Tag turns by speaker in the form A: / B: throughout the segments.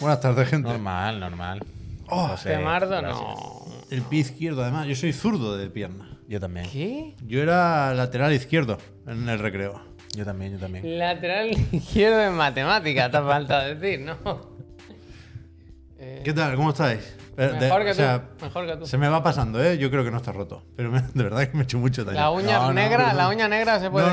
A: Buenas tardes, gente.
B: Normal, normal.
A: Oh,
B: No sé,
C: De Mardo,
B: gracias.
C: no.
A: El pie izquierdo, además. Yo soy zurdo de pierna.
B: Yo también.
C: ¿Qué?
A: Yo era lateral izquierdo en el recreo.
B: Yo también, yo también.
C: Lateral izquierdo en matemática, te falta decir, ¿no? Eh,
A: ¿Qué tal? ¿Cómo estáis? Eh, de-
C: mejor, que
A: o sea,
C: tú, mejor que tú.
A: Se me va pasando, ¿eh? Yo creo que no está roto. Pero me- de verdad que me he hecho mucho daño.
C: La uña
B: No, no,
C: negra,
B: no.
C: la uña negra se
A: No,
C: puede.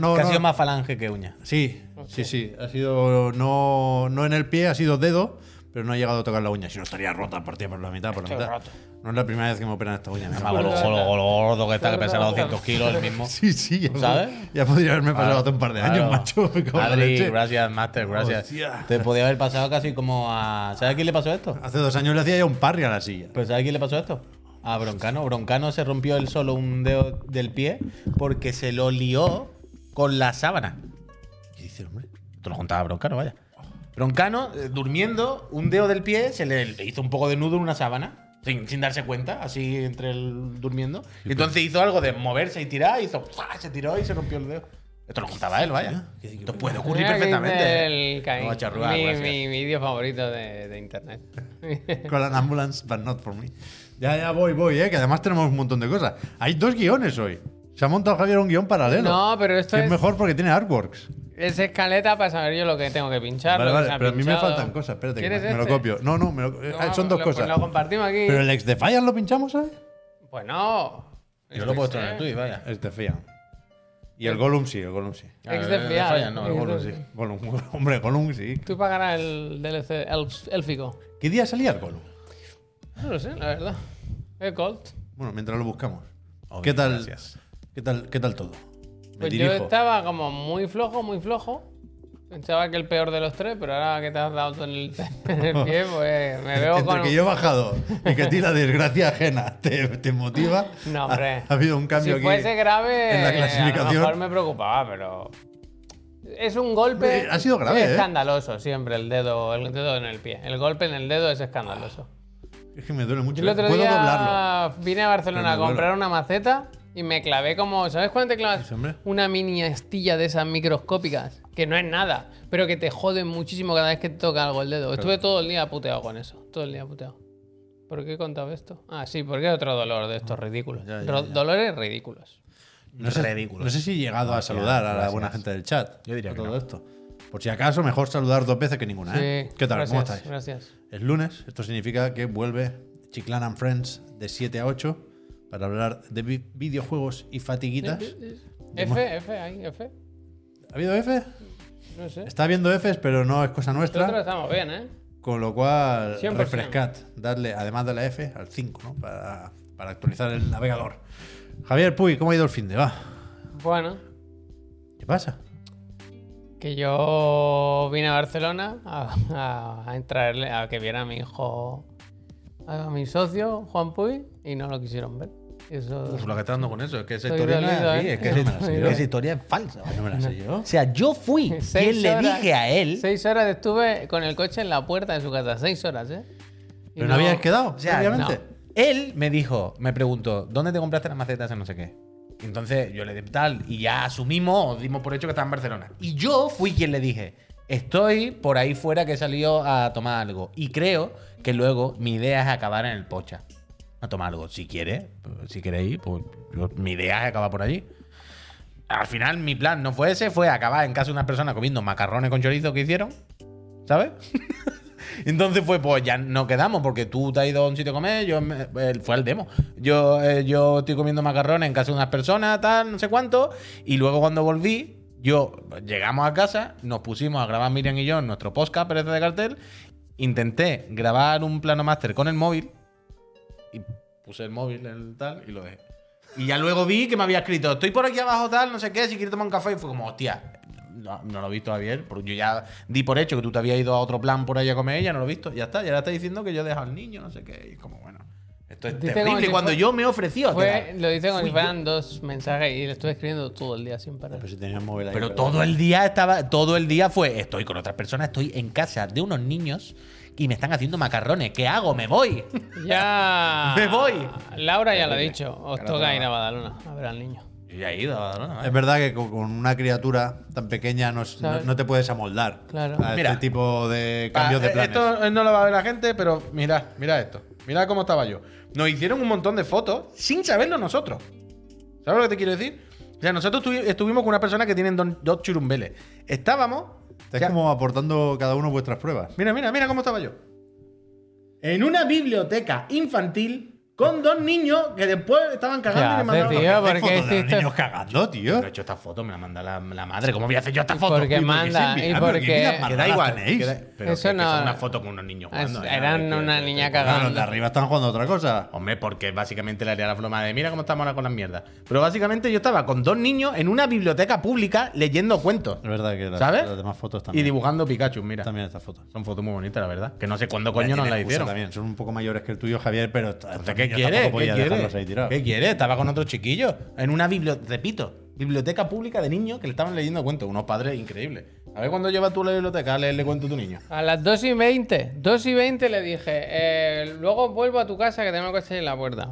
A: No,
B: que ha
A: no.
B: sido más falange que uña.
A: Sí, sí, sí. Ha sido no, no en el pie, ha sido dedo, pero no ha llegado a tocar la uña. Si no estaría rota, partida por la mitad, por la
C: Estoy
A: mitad.
C: roto.
A: No es la primera vez que me operan esta uña. me
B: Además,
A: cago
B: con
A: en
B: lo,
A: la-
B: con lo- con lo gordo que está, que
C: Pero-
B: pesará 200 kilos el mismo.
A: Sí, sí, ya, pod-
B: ¿Sabes?
A: ya podría haberme pasado
B: Claro,
A: hace un par de años,
B: claro.
A: macho. me cago en la
B: Adri,
A: leche.
B: gracias, Master, gracias.
A: Hostia.
B: Te podía haber pasado casi como a. ¿Sabes a quién le pasó esto?
A: Hace dos años le hacía ya un parry a la silla.
B: ¿Pero sabes a quién le pasó esto? A Broncano. Broncano se rompió él solo un dedo del pie porque se lo lió con la sábana.
A: ¿Qué dice, el hombre?
B: Te lo contaba Broncano, vaya. Broncano, eh, durmiendo, un dedo del pie se le le hizo un poco de nudo en una sábana. Sin, sin darse cuenta, así entre el durmiendo. Y entonces hizo algo de moverse y tirar, hizo, ¡fua! se tiró y se rompió el dedo. Esto lo contaba él, vaya.
A: ¿Qué- qué-
B: Esto puede
C: Mira
B: ocurrir
C: que dice
B: perfectamente.
C: el Caín.
B: No, charrúa,
C: mi,
B: gracias.
C: mi vídeo favorito de, de internet.
A: Call an ambulance, but not for me. Ya, ya voy, voy, ¿eh? Que además tenemos un montón de cosas. Hay dos guiones hoy. Se ha montado Javier un guión paralelo.
C: No, pero esto
A: Que es
C: es-
A: mejor porque tiene artworks.
C: Es escaleta para saber yo lo que tengo que pinchar.
A: Vale,
C: lo que
A: vale,
C: se ha
A: pero a mí me
C: pinchado.
A: faltan cosas. Espérate, que me,
C: ¿Quieres
A: me lo
C: este?
A: copio. No, no, me lo- eh,
C: No,
A: son dos
C: lo-
A: cosas.
C: Pues lo compartimos aquí.
A: Pero el ex de Fire lo pinchamos, ¿sabes?
C: Pues no.
B: Yo lo puedo traer tú y vaya.
A: El de Fire. Y el Gollum sí, el Gollum sí.
C: Ex
B: Ah,
C: de
B: el
C: fiar.
B: Falla, no, el
C: Ex de-
B: Gollum sí.
A: Gollum, hombre, Gollum sí.
C: Tú pagarás el DLC elf- élfico.
A: ¿Qué día salía el Gollum?
C: No lo sé, la verdad. Es Gold.
A: Bueno, mientras lo buscamos.
B: Obvio,
A: ¿Qué tal?
B: gracias.
A: ¿Qué tal, qué tal todo? Me
C: Pues yo
A: dirijo.
C: estaba como muy flojo, muy flojo. Pensaba que el peor de los tres, pero ahora que te has dado tú en el, en el pie, pues me veo
A: Entre
C: con.
A: que yo he bajado y que a ti la desgracia ajena te, te motiva.
C: No, hombre.
A: Ha, ha habido un
C: si
A: cambio aquí.
C: fuese grave,
A: en la
C: eh, a
A: clasificación.
C: lo mejor me preocupaba, pero. Es un golpe.
A: Hombre, ha sido grave,
C: Es
A: ¿eh?
C: escandaloso siempre el dedo, el dedo en el pie. El golpe en el dedo es escandaloso.
A: Es que me duele mucho.
C: Yo el otro
A: Puedo
C: día
A: doblarlo.
C: vine a
A: Pero
C: Barcelona
A: me
C: a
A: duele.
C: comprar una maceta y me clavé como. ¿Sabes cuándo te clavas?
A: Sí, hombre.
C: Una mini astilla de esas microscópicas, que no es nada, pero que te joden muchísimo cada vez que te toca algo el dedo. Estuve todo el día puteado con eso. Todo el día puteado. ¿Por qué he contado esto? Ah, sí, porque es otro dolor de estos ridículos.
A: Ah, Ya, ya,
C: Ro-
A: ya.
C: Dolores ridículos.
A: No sé,
B: Ridículo.
A: no sé si he llegado a saludar a la
B: gracias.
A: buena gente del chat.
B: Yo diría
A: por
B: que
A: todo
B: no.
A: esto. Por si acaso, mejor saludar dos veces que ninguna. ¿eh?
C: Sí.
A: ¿Qué tal? ¿Cómo
C: Gracias,
A: estáis?
C: Gracias.
A: Es lunes. Esto significa que vuelve Chiclan and Friends de 7 a 8 para hablar de vi- videojuegos y fatiguitas.
C: Eh, F, F, ahí, F.
A: ¿Ha habido F?
C: No sé.
A: Está habiendo Fs, pero no es cosa nuestra.
C: Nosotros estamos bien, ¿eh?
A: Con lo cual,
C: 100%.
A: refrescad, darle, además de la F, al 5, ¿no? Para, para actualizar el navegador. Javier Puy, ¿cómo ha ido el fin de va?
C: Bueno,
A: ¿Qué pasa?
C: que yo vine a Barcelona a, a, a entrarle, a que viera a mi hijo, a mi socio, Juan Puy, y no lo quisieron ver. Eso,
B: Uf,
A: Pues
B: lo que está dando Pues con eso, es que esa
C: Estoy
B: historia no es
C: dolido,
B: así,
C: ¿eh?
B: es que
C: Estoy
B: esa-
C: dolido.
B: esa historia es falsa.
A: Yo me la sé yo.
B: O sea, yo fui
C: Seis
B: quien le
C: horas-
B: dije a él.
C: Seis horas estuve con el coche en la puerta de su casa, seis horas, ¿eh? Y
A: Pero no, habías quedado,
B: O sea,
A: obviamente.
C: no.
B: Él me dijo, me preguntó, ¿dónde te compraste las macetas en no sé qué? Entonces yo le dije tal, y ya asumimos, o dimos por hecho que estaba en Barcelona. Y yo fui quien le dije, estoy por ahí fuera que salió a tomar algo. Y creo que luego mi idea es acabar en el Pocha. A tomar algo, si quiere, si queréis, pues yo- mi idea es acabar por allí. Al final mi plan no fue ese, fue acabar en casa de una persona comiendo macarrones con chorizo que hicieron, ¿sabes? Entonces fue, pues ya nos quedamos, porque tú te has ido a un sitio a comer, yo me- eh, fue al demo. Yo, eh, yo estoy comiendo macarrones en casa de unas personas, tal, no sé cuánto. Y luego cuando volví, yo pues, llegamos a casa, nos pusimos a grabar Miriam y yo en nuestro podcast Pereza de Cartel. Intenté grabar un plano máster con el móvil. Y puse el móvil en el tal y lo dejé. Y ya luego vi que me había escrito, estoy por aquí abajo tal, no sé qué, si quieres tomar un café. Y fue como, hostia, no, no lo he visto Javier, porque yo ya di por hecho que tú te habías ido a otro plan por ahí a comer, ya no lo he visto. Ya está, ya le estás diciendo que yo he dejado al niño, no sé qué. Y es como, bueno, esto es
C: Dice como
B: terrible.
C: si
B: cuando
C: fue-
B: yo me ofrecí a
C: Fue,
B: quedar.
C: lo dice como
B: Fui
C: si fueran dos mensajes y lo estuve escribiendo todo el día sin parar.
A: Pero si tenías móvil ahí,
B: Pero todo el día estaba, todo el día fue, estoy con otras personas, estoy en casa de unos niños y me están haciendo macarrones. ¿Qué hago? ¿Me voy?
C: Ya.
B: Me voy.
C: Laura ya lo ha dicho. Os
B: Ahora
C: toca
B: trabaja.
C: ir a Badalona a ver al niño.
B: Yo ya he ido a Badalona. ¿eh?
A: Es verdad que con, con una criatura tan pequeña no, es- no-
C: ¿Sabes?
A: no te puedes amoldar
C: Claro.
A: a
B: Mira.
A: este tipo de cambios
B: Ah,
A: de
B: eh,
A: planes.
B: Esto no lo va a ver la gente, pero mirad, mirad esto. Mirad cómo estaba yo. Nos hicieron un montón de fotos sin saberlo nosotros. ¿Sabes lo que te quiero decir? O sea, nosotros tuvi- estuvimos con una persona que tiene don- dos churumbeles. Estábamos. o
A: Estáis
B: sea,
A: como aportando cada uno vuestras pruebas.
B: Mira, mira, mira cómo estaba yo. En una biblioteca infantil con dos niños que después estaban cagando y
C: ¿Qué
B: me mandaron. fotos.
C: haces, tío?
A: Hay
C: ¿por qué
A: fotos de los
C: hiciste-
A: niños cagando, tío.
B: Yo he hecho esta foto, me la manda la, la madre. ¿Cómo voy a hacer yo esta
C: ¿Y
B: foto?
C: por qué
B: Tío,
A: Ah,
C: manda?
A: pero
C: ¿Y
A: ¿qué
C: por
A: vidas
C: qué?
A: más
B: Que da
A: raras
B: igual.
A: tenéis?
B: que da- pero
C: Eso
B: que- que
C: no-
B: son una foto con unos niños
C: Es-
B: jugando. ya,
C: eran
B: que-
C: una
B: que-
C: niña
B: que-
A: Claro, los de
C: cagando.
A: arriba están jugando a otra cosa.
B: Hombre, porque básicamente le haría la broma de mira cómo estamos ahora con las mierdas. Pero básicamente yo estaba con dos niños en una biblioteca pública leyendo cuentos.
A: Es verdad que las,
B: ¿Sabes?
A: las demás fotos
B: Y
A: también.
B: dibujando Pikachu, mira.
A: También estas fotos.
B: Son fotos muy bonitas, la verdad. Que no sé cuándo
A: Ya
B: coño nos
A: tiene
B: las
A: excusa
B: hicieron.
A: También. Son un poco mayores que el tuyo, Javier, pero estos
B: Entonces, ¿Qué
A: niños
B: quiere?
A: tampoco
B: ¿Qué
A: podía dejarlos ahí
B: quiere?
A: tirados.
B: ¿Qué quiere? Estaba con otros chiquillos en una biblioteca, repito, biblioteca pública de niños que le estaban leyendo cuentos. Unos padres increíbles. A ver cuándo llevas tú a la biblioteca a leerle cuentos a tu niño.
C: A las 2 y 20, 2 y 20 le dije, eh, luego vuelvo a tu casa que tengo que coche en la puerta.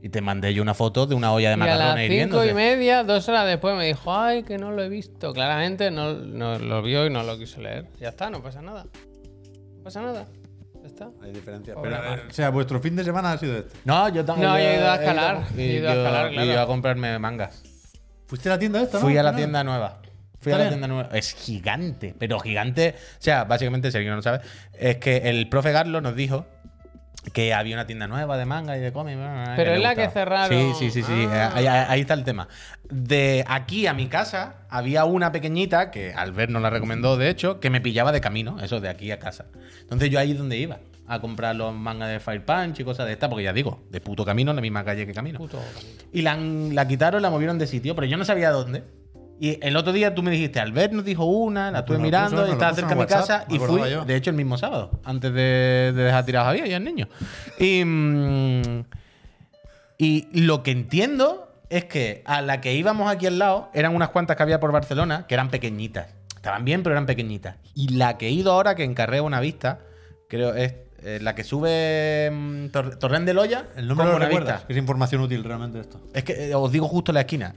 B: Y te mandé yo una foto de una olla de
C: Y a las
B: macarrones
C: cinco
B: hirviéndose.
C: y media, dos horas después, me dijo, ay, que no lo he visto. Claramente no, no lo vio y no lo quiso leer. Ya está, no pasa nada. No pasa nada. Ya está.
A: Hay diferencias.
C: Pobre
A: Pero,
C: Marc.
A: eh, o sea, vuestro fin de semana ha sido este.
B: No, yo también.
C: No, yo he ido a escalar, he ido a escalar, claro.
B: Y yo a comprarme mangas.
A: ¿Fuiste a la tienda esta, no?
B: Fui a la
A: No.
B: tienda nueva. Fui a
A: Está
B: la
A: bien.
B: tienda nueva. Es gigante, pero gigante. O sea, básicamente, si alguien no lo sabe, es que el profe Garlo nos dijo que había una tienda nueva de manga y de cómics. bla, bla, bla,
C: Pero
B: le
C: es la que
B: gustaba.
C: cerraron.
B: Sí, sí, sí. sí. Eh,
C: Ah.
B: Ahí, ahí- ahí está el tema. De aquí a mi casa había una pequeñita que Albert nos la recomendó, de hecho, que me pillaba de camino, eso, de aquí a casa. Entonces yo ahí es donde iba. A comprar los mangas de Fire Punch y cosas de estas, porque ya digo, de puto camino, en la misma calle que camino.
C: Puto bonito.
B: Y la, han- la quitaron, la movieron de sitio, pero yo no sabía dónde. Y el otro día tú me dijiste, Albert nos dijo una, la estuve
A: nos lo
B: mirando,
A: puso, nos lo
B: estaba
A: puso en
B: cerca de mi
A: WhatsApp,
B: casa
A: me
B: y fui,
A: acordaba yo.
B: de hecho, el mismo sábado, antes de, de dejar tirado a Javier y al niño. Y, mm, y lo que entiendo es que a la que íbamos aquí al lado eran unas cuantas que había por Barcelona, que eran pequeñitas. Estaban bien, pero eran pequeñitas. Y la que he ido ahora, que encarré una vista, creo es eh, la que sube mm, Tor- Torrent de Loya.
A: El nombre lo
B: con Bonavista.
A: recuerdas. que Es información útil realmente esto.
B: Es que eh, os digo justo la esquina.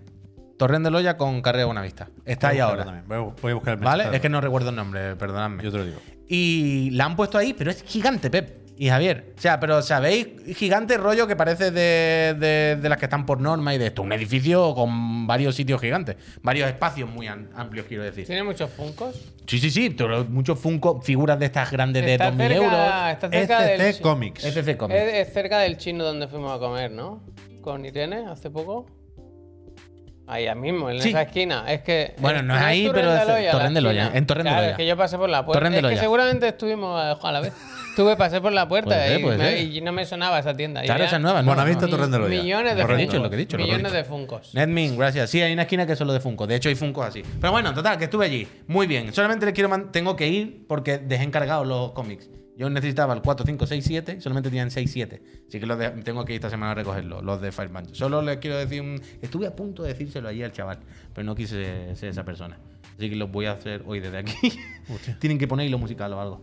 B: Torrent de Loya con Carrera Buenavista. Está ahí
A: Voy a buscarlo
B: ahora.
A: también. Voy a, voy a buscar el
B: ¿Vale?
A: mensaje.
B: Es que no recuerdo el nombre, perdonadme.
A: Yo te lo digo.
B: Y la han puesto ahí, pero es gigante, Pep. Y Javier. O sea, pero ¿sabéis? Gigante rollo que parece de, de- de las que están por norma y de esto. Un edificio con varios sitios gigantes. Varios espacios muy am- amplios, quiero decir.
C: ¿Tiene muchos funcos?
B: Sí, sí, sí. pero Muchos Funko, figuras de estas grandes de
C: Está
B: 2.000
C: cerca-
B: euros.
C: Está Eh, cerca del...
A: SC
C: chi-
A: Comics.
B: FC Comics.
C: Es, es cerca del chino donde fuimos a comer, ¿no? Con Irene hace poco. Ahí mismo, en
B: Sí.
C: esa esquina. Es que.
B: Bueno, no es ahí,
C: Torrent
B: pero
C: de
B: es-
C: Loya,
B: Torrent
C: la
B: de Loya,
C: esquina.
B: en Torrent de
C: Claro,
B: Loya.
C: es que yo pasé por la puerta.
B: Torrent de
C: Es que
B: Loya.
C: seguramente estuvimos eh, a a la vez. Tuve, pasé por la puerta
B: Puede ser,
C: y,
B: puede
C: me-
B: ser.
C: y no me sonaba esa tienda.
B: Claro,
C: Ya
B: esa es nueva, ¿no?
A: Buenavista,
C: mi-
A: Torrent de Loya.
C: Millones de
B: Lo que he
C: funcos.
B: dicho, lo que he dicho, lo que he
C: millones
B: dicho.
C: de funcos.
B: Netmin, gracias. Sí, hay una esquina que es solo de Funko. De hecho, hay Funko así. Pero bueno, total, que estuve allí. Muy bien. Solamente le quiero man- tengo que ir porque dejé encargados los cómics. Yo necesitaba el 4, 5, 6, 7. y Solamente tenían 6, 7. Así que los de- tengo que ir esta semana a recogerlos, los de Fireman. Solo les quiero decir un... Estuve a punto de decírselo allí al chaval, pero no quise ser esa persona. Así que los voy a hacer hoy desde aquí. Tienen que poner hilo musical o algo.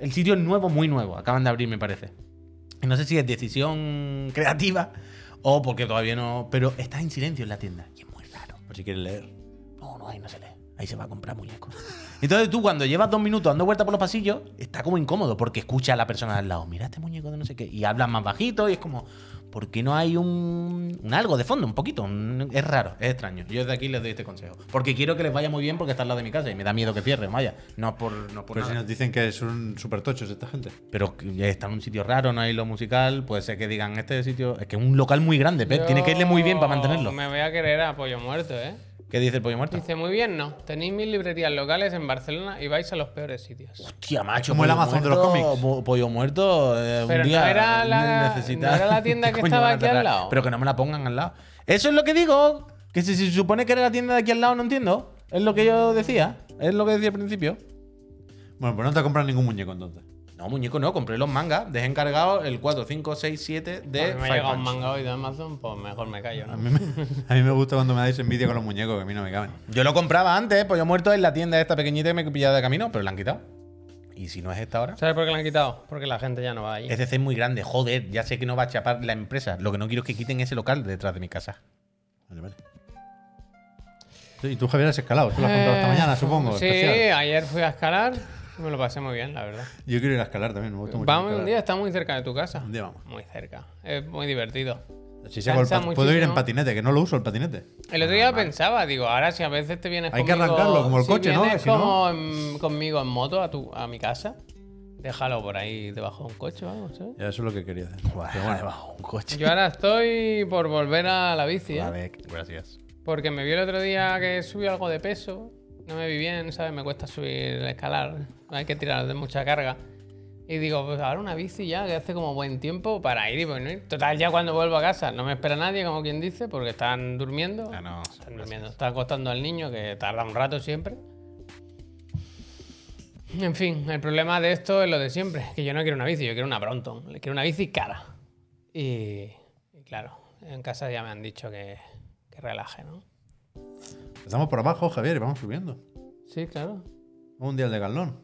B: El sitio es nuevo, muy nuevo. Acaban de abrir, me parece. Y No sé si es decisión creativa o porque todavía no. Pero está en silencio en la tienda. Y es muy raro.
A: Por si quieres leer.
B: No, no, ahí no se lee. Ahí se va a comprar muñecos. Entonces tú cuando llevas dos minutos dando vueltas por los pasillos, está como incómodo porque escucha a la persona de al lado, mira este muñeco de no sé qué, y hablan más bajito y es como, ¿por qué no hay un, un algo de fondo, un poquito? Un- es raro, es extraño. Yo desde aquí les doy este consejo. Porque quiero que les vaya muy bien porque está al lado de mi casa y me da miedo que cierren, vaya. No por, no
A: Pero
B: por
A: Pues si
B: nada.
A: nos dicen que son súper tochos esta gente.
B: Pero que está en un sitio raro, no hay lo musical, puede ser que digan, este sitio es que es un local muy grande, Pep, tiene que irle muy bien para mantenerlo.
C: Me voy a querer a pollo muerto, ¿eh?
B: ¿Qué dice el pollo muerto?
C: Dice, muy bien, no. Tenéis mil librerías locales en Barcelona y vais a los peores sitios.
B: Hostia, macho.
A: Como el
B: pollo
A: Amazon de los
B: muerto,
A: cómics.
B: mo- Pollo muerto, eh,
C: Pero
B: un
C: no
B: día
C: era la-
B: necesita-
C: no era la tienda
B: ¿Qué
C: que
B: coño
C: estaba
B: van a
C: aquí al
B: cerrar?
C: lado?
B: Pero que no me la pongan al lado. Eso es lo que digo. Que si se supone que era la tienda de aquí al lado, no entiendo. Es lo que yo decía. Es lo que decía al principio.
A: Bueno, pues no te compran ningún muñeco entonces.
B: No, muñeco, no. Compré los mangas. Dejé encargado el 4, 5, 6, 7
C: A
B: de
C: mí me
B: Fire
C: llega un
B: Punch.
C: manga hoy de Amazon, pues mejor me callo, ¿no?
A: A mí, me, a mí me gusta cuando me dais envidia con los muñecos, que a mí no me caben.
B: Yo lo compraba antes, eh, pollo muerto, en la tienda esta pequeñita que me pillaba de camino, pero la han quitado. Y si no es esta ahora.
C: ¿Sabes por qué la han quitado? Porque la gente ya no va allí.
B: Ese es muy grande, joder, ya sé que no va a chapar la empresa. Lo que no quiero es que quiten ese local detrás de mi casa.
A: Vale, vale. Y tú, Javier, has escalado. Tú lo has contado esta
C: Eh,
A: mañana, supongo.
C: Sí,
A: especial.
C: ayer fui a escalar. Me lo pasé muy bien, la verdad.
A: Yo quiero ir a escalar también. Me gusta mucho
C: Vamos un
A: escalar.
C: día, está muy cerca de tu casa.
A: Un día vamos.
C: Muy cerca. Es muy divertido.
A: Si saco el
C: Cansa
A: pat- Puedo ir en
C: muchísimo.
A: patinete, que no lo uso el patinete.
C: El otro día pensaba, digo, ahora si a veces te vienes
A: Hay que
C: conmigo-
A: arrancarlo, como el
C: si
A: coche, ¿no?
C: vienes
A: Si no-
C: como en- conmigo en moto a, tu, a mi casa, déjalo por ahí debajo de un coche o algo, ¿sabes?
A: Ya, Eso es lo que quería hacer. Pero
B: Vale,
A: bueno,
B: bajo un coche.
C: Yo ahora estoy por volver a la bici, ¿eh?
B: A ver, gracias.
C: Porque me vi el otro día que subí algo de peso. No me vi bien, ¿sabes? Me cuesta subir, escalar. Hay que tirar de mucha carga. Y digo, pues ahora una bici ya, que hace como buen tiempo para ir y venir. Total, ya cuando vuelvo a casa no me espera nadie, como quien dice, porque están durmiendo.
B: Ah, no.
C: Están durmiendo. Está acostando al niño, que tarda un rato siempre. En fin, el problema de esto es lo de siempre, que yo no quiero una bici, yo quiero una Brompton. Quiero una bici cara. Y, y claro, en casa ya me han dicho que, que relaje, ¿no?
A: Empezamos por abajo, Javier, y vamos subiendo.
C: Sí, claro.
A: Un día el de Galón.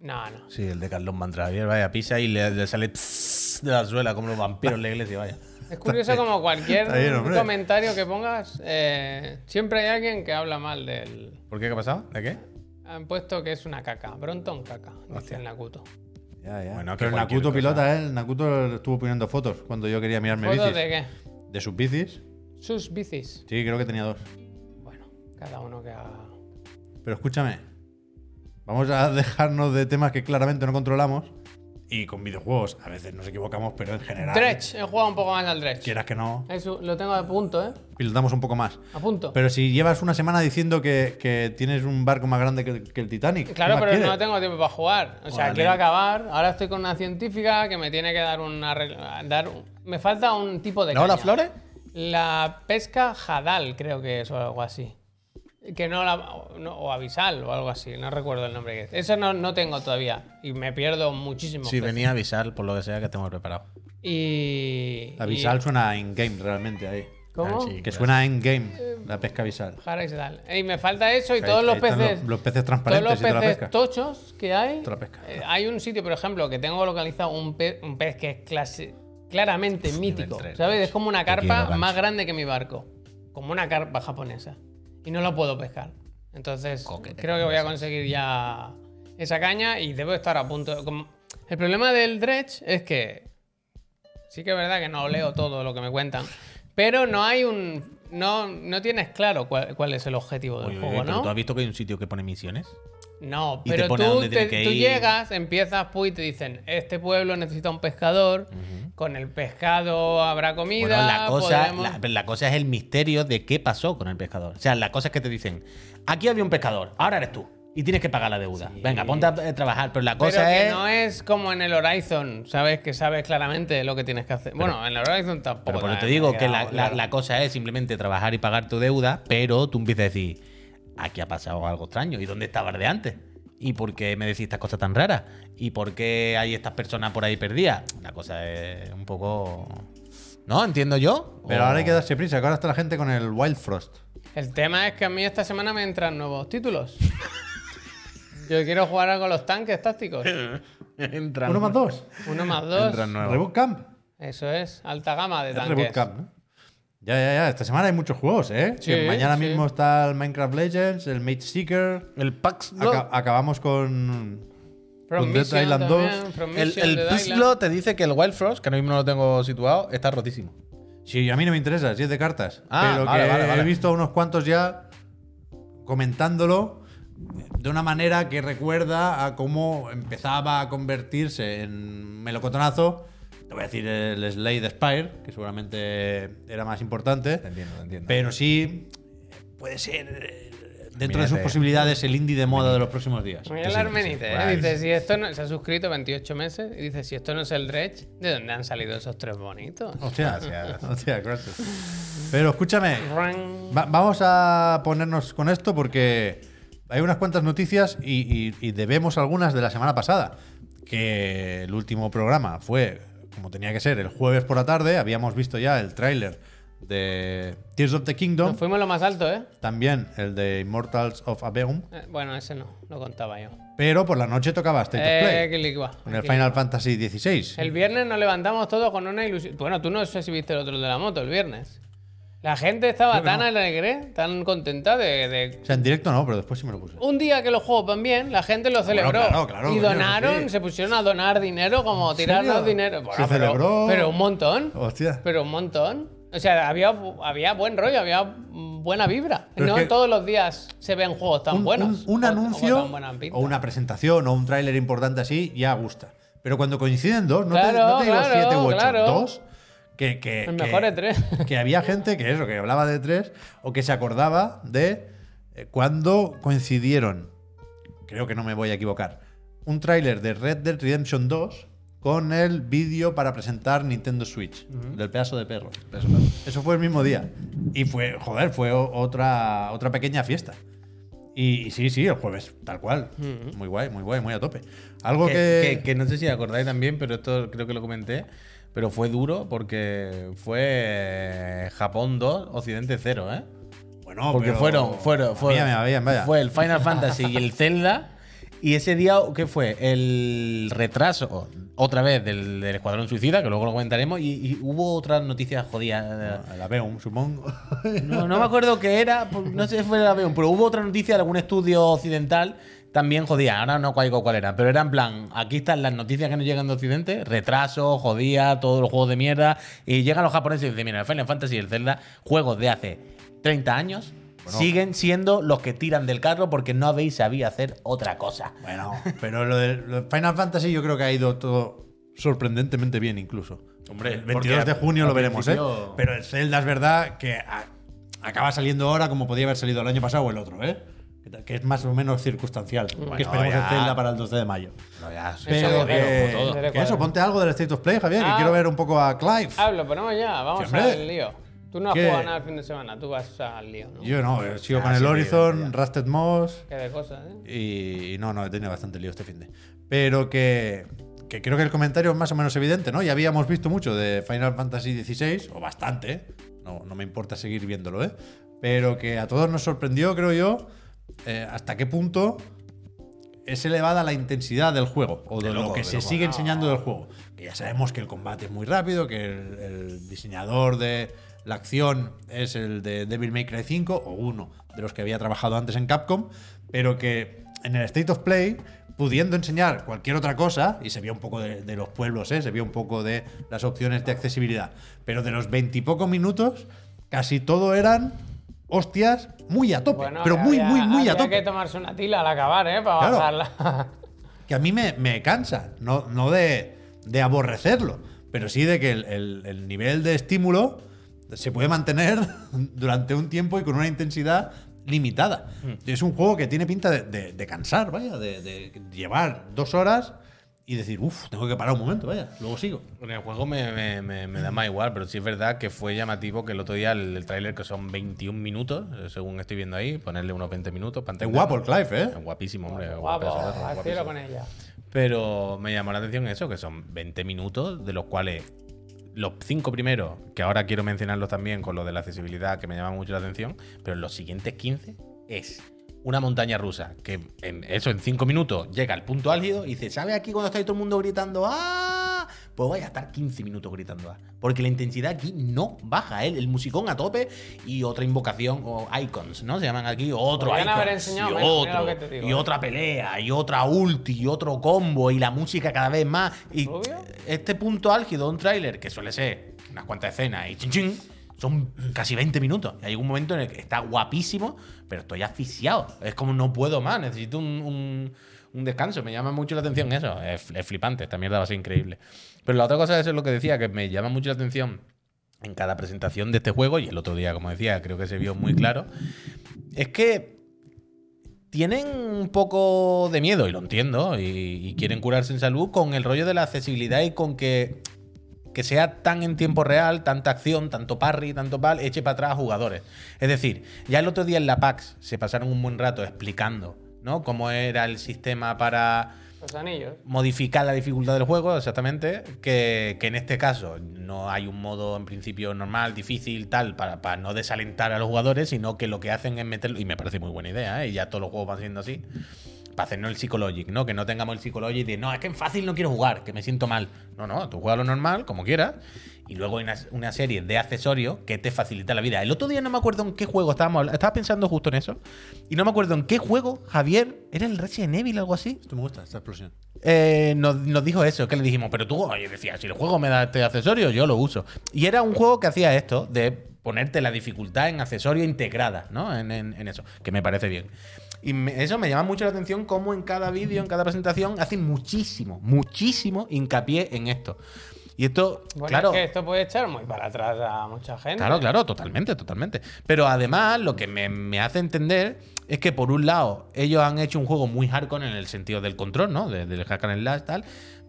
C: No, no.
B: Sí, el de Carlos Mantravier, vaya, pisa y le, le sale pss de la suela como los vampiros en la iglesia, vaya.
C: Es curioso como cualquier
A: Está bien, hombre.
C: comentario que pongas, eh, siempre hay alguien que habla mal del...
B: ¿Por qué? ¿Qué ha pasado? ¿De qué?
C: Han puesto que es una caca. Brompton caca, dice el Nakuto.
A: Ya, ya.
B: Bueno, que
A: Pero el
B: cualquier
A: Nakuto
B: cosa.
A: pilota, ¿eh? El Nakuto estuvo poniendo fotos cuando yo quería mirarme
C: ¿Foto
A: bicis.
C: de qué?
A: De sus bicis.
C: Sus bicis.
A: Sí, creo que tenía dos.
C: Bueno, cada uno que haga...
A: Pero escúchame, vamos a dejarnos de temas que claramente no controlamos. Y con videojuegos a veces nos equivocamos, pero en general,
C: Dredge, he jugado un poco más al Dredge.
A: quieras que no,
C: Eso, lo tengo de punto, ¿eh?
A: pilotamos un poco más.
C: A punto.
A: Pero si llevas una semana diciendo que, que tienes un barco más grande que, que el Titanic. ¿qué
C: Claro,
A: más
C: pero
A: quieres?
C: no tengo tiempo para jugar. O sea,
A: Órale.
C: quiero acabar. Ahora estoy con una científica que me tiene que dar una. regla- Dar, un- me falta un tipo de.
B: ¿La ola
C: caña.
B: flores?
C: La pesca jadal, creo que es o algo así. Que no la. O, no- o avisal o algo así. No recuerdo el nombre que es. Eso no, no tengo todavía. Y me pierdo muchísimo.
B: Sí, venía a avisar por lo que sea que estemos preparados.
C: Pues Y.
A: La Visal suena en game realmente ahí.
C: y- ¿Cómo?
B: Ah, sí.
A: Que suena en game, la pesca Visal.
C: Jara y sedal. Y me falta eso y
A: Ahí-
C: todos los
A: ahí están
C: peces.
A: Los, peces
C: Todos
A: transparentes
C: los
A: y toda la
C: peces
A: pesca.
C: tochos que hay.
A: Te la pesca.
C: eh, hay un sitio, por ejemplo, que tengo localizado un, pe- un pez que es clase- claramente mítico.
B: tres,
C: ¿Sabes? Es como una
B: quiero,
C: carpa
B: gancho.
C: más grande que mi barco. Como una carpa japonesa. Y no lo puedo pescar. Entonces,
B: Coquete,
C: creo que voy a conseguir ya esa caña y debo estar a punto. como- El problema del dredge es que Sí que es verdad que no leo todo lo que me cuentan. Pero no hay un. No, no tienes claro cuál, cuál es el objetivo del
B: Oye, oye,
C: juego,
B: pero
C: ¿no?
B: ¿Tú has visto que hay un sitio que pone misiones?
C: No,
B: Y te
C: pero
B: pone a
C: tú,
B: dónde tienes
C: te-
B: que
C: tú
B: ir.
C: llegas, empiezas pues, y te dicen, este pueblo necesita un pescador, con el pescado habrá comida.
B: Bueno, la cosa,
C: podremos-
B: la, la cosa es el misterio de qué pasó con el pescador. O sea, la cosa es que te dicen, aquí había un pescador, ahora eres tú. Y tienes que pagar la deuda. Venga, ponte a eh, trabajar. Pero la
C: Pero
B: cosa
C: que
B: es...
C: no es como en el Horizon, ¿sabes? Que sabes claramente lo que tienes que hacer. bueno, en el Horizon tampoco.
B: Pero por eso te
C: también
B: digo
C: me
B: que la,
C: quedaba
B: la-
C: claro.
B: la cosa es simplemente trabajar y pagar tu deuda, pero tú empiezas a decir, aquí ha pasado algo extraño, ¿y dónde estabas de antes? ¿Y por qué me decís estas cosas tan raras? ¿Y por qué hay estas personas por ahí perdidas? La cosa es un poco... No, entiendo yo.
A: Pero
B: O-
A: ahora hay que darse prisa, que ahora está la gente con el Wild Frost.
C: El tema es que a mí esta semana me entran nuevos títulos. Yo quiero jugar a con los tanques tácticos.
B: Entran-
A: Uno más dos.
C: Uno más dos.
B: Entran nuevos.
A: Reboot Camp.
C: Eso es, alta gama de
A: Es
C: tanques.
A: Reboot Camp, ¿no? Ya, ya, ya. Esta semana hay muchos juegos, ¿eh?
C: Sí,
A: Que mañana
C: sí.
A: mismo está el Minecraft Legends, el Mate Seeker.
B: El Pax
A: Aca- acabamos con.
C: From
A: Con Dead
C: Mission
A: Island
C: también,
A: 2.
C: From
B: El,
C: Mission,
B: el
C: Dead
B: Pax
C: Island.
B: Blood te dice que el Wild Frost, que ahora mismo no lo tengo situado, está rotísimo.
A: Sí, a mí no me interesa, si es de cartas.
B: Ah,
A: pero
B: vale,
A: que
B: vale, vale.
A: he visto a unos cuantos ya comentándolo de una manera que recuerda a cómo empezaba a convertirse en melocotonazo. Te voy a decir el Slade Spire, que seguramente era más importante.
B: entiendo, te entiendo.
A: Pero sí, puede ser eh, dentro de sus
B: Mírate.
A: posibilidades el indie de moda de los próximos días.
C: Mira el Armenite, ¿eh?
B: Vale.
C: dice, si esto no... Se ha suscrito 28 meses y dice, si esto no es el Dredge, ¿de dónde han salido esos tres bonitos?
A: Hostia,
B: Gracias.
A: hostia, gracias. Pero escúchame,
C: Ran.
A: va- vamos a ponernos con esto porque hay unas cuantas noticias y, y- y debemos algunas de la semana pasada. Que el último programa fue, como tenía que ser, el jueves por la tarde. Habíamos visto ya el tráiler de Tears of the Kingdom.
C: Nos fuimos lo más alto, ¿eh?
A: También el de Immortals of Aveum.
C: Eh, Bueno, ese no, lo contaba yo.
A: Pero por la noche tocaba State of Play.
C: Eh, qué ligua,
A: En el
C: qué
A: Final Fantasy XVI.
C: El viernes nos levantamos todos con una ilusión. Bueno, tú no sé si viste el otro de la moto el viernes. La gente estaba
A: Creo que
C: tan
A: no.
C: alegre, tan contenta de- de
A: O sea, en directo no, pero después sí me lo puse.
C: un día que los juegos van bien, la gente lo celebró.
A: claro, claro,
C: y
A: coño,
C: donaron,
A: sí.
C: se pusieron a donar dinero, como tirarnos
A: serio?
C: dinero.
A: Se
C: pero-
A: celebró.
C: Pero, un montón.
A: Hostia.
C: Pero un montón. O sea, había, había buen rollo, había buena vibra.
A: Pero
C: no
A: es que-
C: todos los días se ven juegos tan
A: un,
C: buenos.
A: un- un
C: o-
A: anuncio
C: tan buena pinta.
A: o una presentación o un tráiler importante así ya gusta. Pero cuando coinciden dos, no, te,
C: Claro,
A: no te digo
C: claro,
A: siete u ocho,
C: claro.
A: dos, que, que,
C: El
A: que-
C: mejor de tres.
A: que había gente que eso, que hablaba de tres o que se acordaba de eh, cuando coincidieron, creo que no me voy a equivocar, un tráiler de Red Dead Redemption 2 con el vídeo para presentar Nintendo Switch, del pedazo de perro. Eso fue el mismo día. Y fue, joder, fue o- otra, otra pequeña fiesta. Y, y sí, sí, el jueves, tal cual. Muy guay, muy guay, muy a tope. Algo que.
B: Que, que- que no sé si acordáis también, pero esto creo que lo comenté. Pero fue duro porque fue Japón 2, Occidente 0, ¿eh?
A: bueno,
B: Porque
A: pero-
B: fueron, fueron, fueron-
A: Mía, mía, bien, vaya.
B: Fue el Final Fantasy y el Zelda. Y ese día, ¿qué fue? El retraso, o- otra vez, del, del Escuadrón Suicida, que luego lo comentaremos. Y, y hubo otras noticias jodidas. eh,
A: La Beum, supongo.
B: No, no me acuerdo qué era, por- no sé si fue el avión, pero hubo otra noticia de algún estudio occidental también jodía. Ahora no caigo cuál era, pero era en plan: aquí están las noticias que nos llegan de Occidente, retraso, jodía, todos los juegos de mierda. Y llegan los japoneses y dicen: Mira, el Final Fantasy y el Zelda, juegos de hace 30 años, siguen siendo los que tiran del carro porque no habéis sabido hacer otra cosa.
A: Bueno, pero lo de, lo de Final Fantasy yo creo que ha ido todo sorprendentemente bien incluso.
B: Hombre,
A: el 22
B: porque
A: de junio
B: al
A: lo veremos, ¿eh?
B: principio-
A: Pero el Zelda es verdad que a- acaba saliendo ahora como podía haber salido el año pasado o el otro, ¿eh? Que ta- Que es más o menos circunstancial. que esperemos
B: ya.
A: el Zelda para el 12 de mayo.
B: No, ya,
A: Pero
C: Eso,
A: que-
C: como todo.
A: que eso, ponte algo del State of Play, Javier, que
C: Ah.
A: quiero ver un poco a Clive.
C: Ah, lo ponemos ya, vamos
A: Sí, hombre.
C: al lío. Tú no has
A: ¿Qué?
C: jugado nada el fin de semana, tú vas al lío, ¿no?
A: Yo no, eh, sigo
B: Ah,
A: con el
B: sí,
A: Horizon,
B: ya, ya.
A: Rusted Moss.
C: Qué de cosas, ¿eh?
A: Y, y no, no, he tenido bastante lío este fin de. Pero que, que creo que el comentario es más o menos evidente, ¿no? Ya habíamos visto mucho de Final Fantasy XVI, o bastante, ¿eh? no, no me importa seguir viéndolo, ¿eh? Pero que a todos nos sorprendió, creo yo, eh, hasta qué punto es elevada la intensidad del juego, o de,
B: De loco,
A: lo que
B: de
A: se
B: loco.
A: sigue enseñando del juego. Que ya sabemos que el combate es muy rápido, que el, el diseñador de la acción es el de Devil May Cry 5 o uno de los que había trabajado antes en Capcom, pero que en el State of Play, pudiendo enseñar cualquier otra cosa, y se vio un poco de, de los pueblos, ¿eh? se vio un poco de las opciones de accesibilidad, pero de los veintipocos minutos, casi todo eran hostias muy a tope,
C: Bueno,
A: pero
C: que
A: muy,
C: había-
A: muy, muy a
C: había
A: tope
C: que tomarse una tila al acabar, ¿eh? Para
A: Claro.
C: bajarla.
A: que a mí me, me cansa, no, no de, de aborrecerlo, pero sí de que el, el- el nivel de estímulo se puede mantener durante un tiempo y con una intensidad limitada. Es un juego que tiene pinta de, de- de cansar, vaya, de, de llevar dos horas y decir, uff, tengo que parar un momento, vaya, luego sigo.
B: Con el juego me, me- me- me da más igual, pero sí es verdad que fue llamativo que el otro día el, el tráiler, que son 21 minutos, eh, según estoy viendo ahí, ponerle unos 20 minutos. para
A: Es
B: entenderlo.
A: guapo el Clive, ¿eh?
B: Es guapísimo, hombre.
C: Guapo,
B: guapo,
C: al
B: guapísimo.
C: cielo con ella.
B: Pero me llamó la atención eso, que son 20 minutos, de los cuales los cinco primeros, que ahora quiero mencionarlos también con lo de la accesibilidad, que me llama mucho la atención, pero los siguientes 15 es una montaña rusa, que en eso en cinco minutos llega al punto álgido y dice, ¿sabes aquí cuando está ahí todo el mundo gritando ¡Ah! Pues vaya a estar 15 minutos gritando ¡Ah! Porque la intensidad aquí no baja, ¿eh? el musicón a tope y otra invocación, o icons, ¿no? Se llaman aquí, otro
C: Podrían
B: icon,
C: haber enseñado
B: y
C: menos, mira
B: otro,
C: lo que te digo,
B: y
C: ¿eh?
B: otra pelea, y otra ulti, y otro combo, y la música cada vez más. Y
C: Rubio?
B: este punto álgido de un tráiler, que suele ser unas cuantas escenas y chin chin, son casi 20 minutos. Y hay un momento en el que está guapísimo, pero estoy asfixiado. Es como no puedo más, necesito un, un- un descanso. Me llama mucho la atención eso. Es, es flipante, esta mierda va a ser increíble. Pero la otra cosa, eso es lo que decía, que me llama mucho la atención en cada presentación de este juego, y el otro día, como decía, creo que se vio muy claro, es que tienen un poco de miedo, y lo entiendo, y, y quieren curarse en salud con el rollo de la accesibilidad y con que, que sea tan en tiempo real, tanta acción, tanto parry, tanto pal, eche para atrás a jugadores. Es decir, ya el otro día en la PAX se pasaron un buen rato explicando ¿no? cómo era el sistema para
C: Los anillos.
B: modificar la dificultad del juego, exactamente, que, que en este caso no hay un modo en principio normal, difícil, tal, para, para no desalentar a los jugadores, sino que lo que hacen es meterlo, y me parece muy buena idea, ¿eh? y ya todos los juegos van siendo así, para hacernos el psicologic, ¿no? Que no tengamos el psicologic de, no, es que en fácil no quiero jugar, que me siento mal. No, no, tú juega lo normal, como quieras. Y luego hay una, una serie de accesorios que te facilita la vida. El otro día no me acuerdo en qué juego estábamos hablando, estaba pensando justo en eso. Y no me acuerdo en qué juego, Javier, ¿era el Resident Evil algo así?
A: Esto me gusta, esta explosión.
B: Eh, nos, nos dijo eso, que le dijimos, pero tú, oye, decía, si el juego me da este accesorio, yo lo uso. Y era un juego que hacía esto, de ponerte la dificultad en accesorio integrada, ¿no? En, en- en eso, que me parece bien. Y me- eso me llama mucho la atención, cómo en cada vídeo, en cada presentación, hacen muchísimo, muchísimo hincapié en esto. Y esto,
C: Bueno,
B: claro.
C: es que esto puede echar muy para atrás a mucha gente.
B: Claro, claro, totalmente, totalmente. Pero además, lo que me, me hace entender es que, por un lado, ellos han hecho un juego muy hardcore en el sentido del control, ¿no? De- del hack and slash, tal.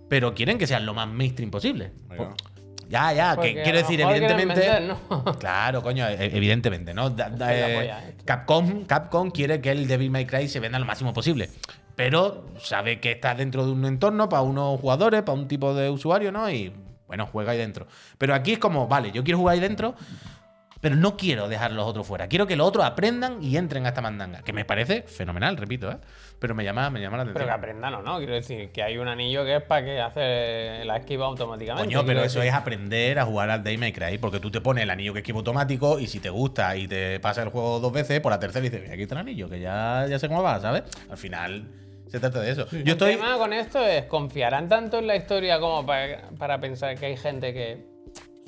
B: Pero quieren que sea lo más mainstream posible.
A: Venga.
B: Por- ya, ya,
C: Porque
B: que quiero
C: a lo
B: decir,
C: mejor quieren
B: evidentemente.
C: vender, ¿no?
B: Claro, coño, e- evidentemente, ¿no? Da- da-
C: Estoy de
B: eh,
C: apoyo a esto.
B: Capcom, Capcom quiere que el Devil May Cry se venda lo máximo posible. Pero sabe que está dentro de un entorno para unos jugadores, para un tipo de usuario, ¿no? Y bueno, juega ahí dentro. Pero aquí es como, vale, yo quiero jugar ahí dentro, pero no quiero dejar los otros fuera. Quiero que los otros aprendan y entren a esta mandanga. Que me parece fenomenal, repito, ¿eh? Pero me llama, me llama la
C: Pero que
B: atención.
C: aprendan o no, quiero decir, que hay un anillo que es para que hace la esquiva automáticamente.
B: Coño,
C: quiero
B: pero eso
C: decir.
B: es aprender a jugar al Devil May Cry, porque tú te pones el anillo que esquivo automático y si te gusta y te pasa el juego dos veces, por la tercera dices, mira, aquí está el anillo, que ya, ya sé cómo va, ¿sabes? Al final se trata de eso. Yo estoy...
C: El tema con esto es, ¿confiarán tanto en la historia como para, para pensar que hay gente que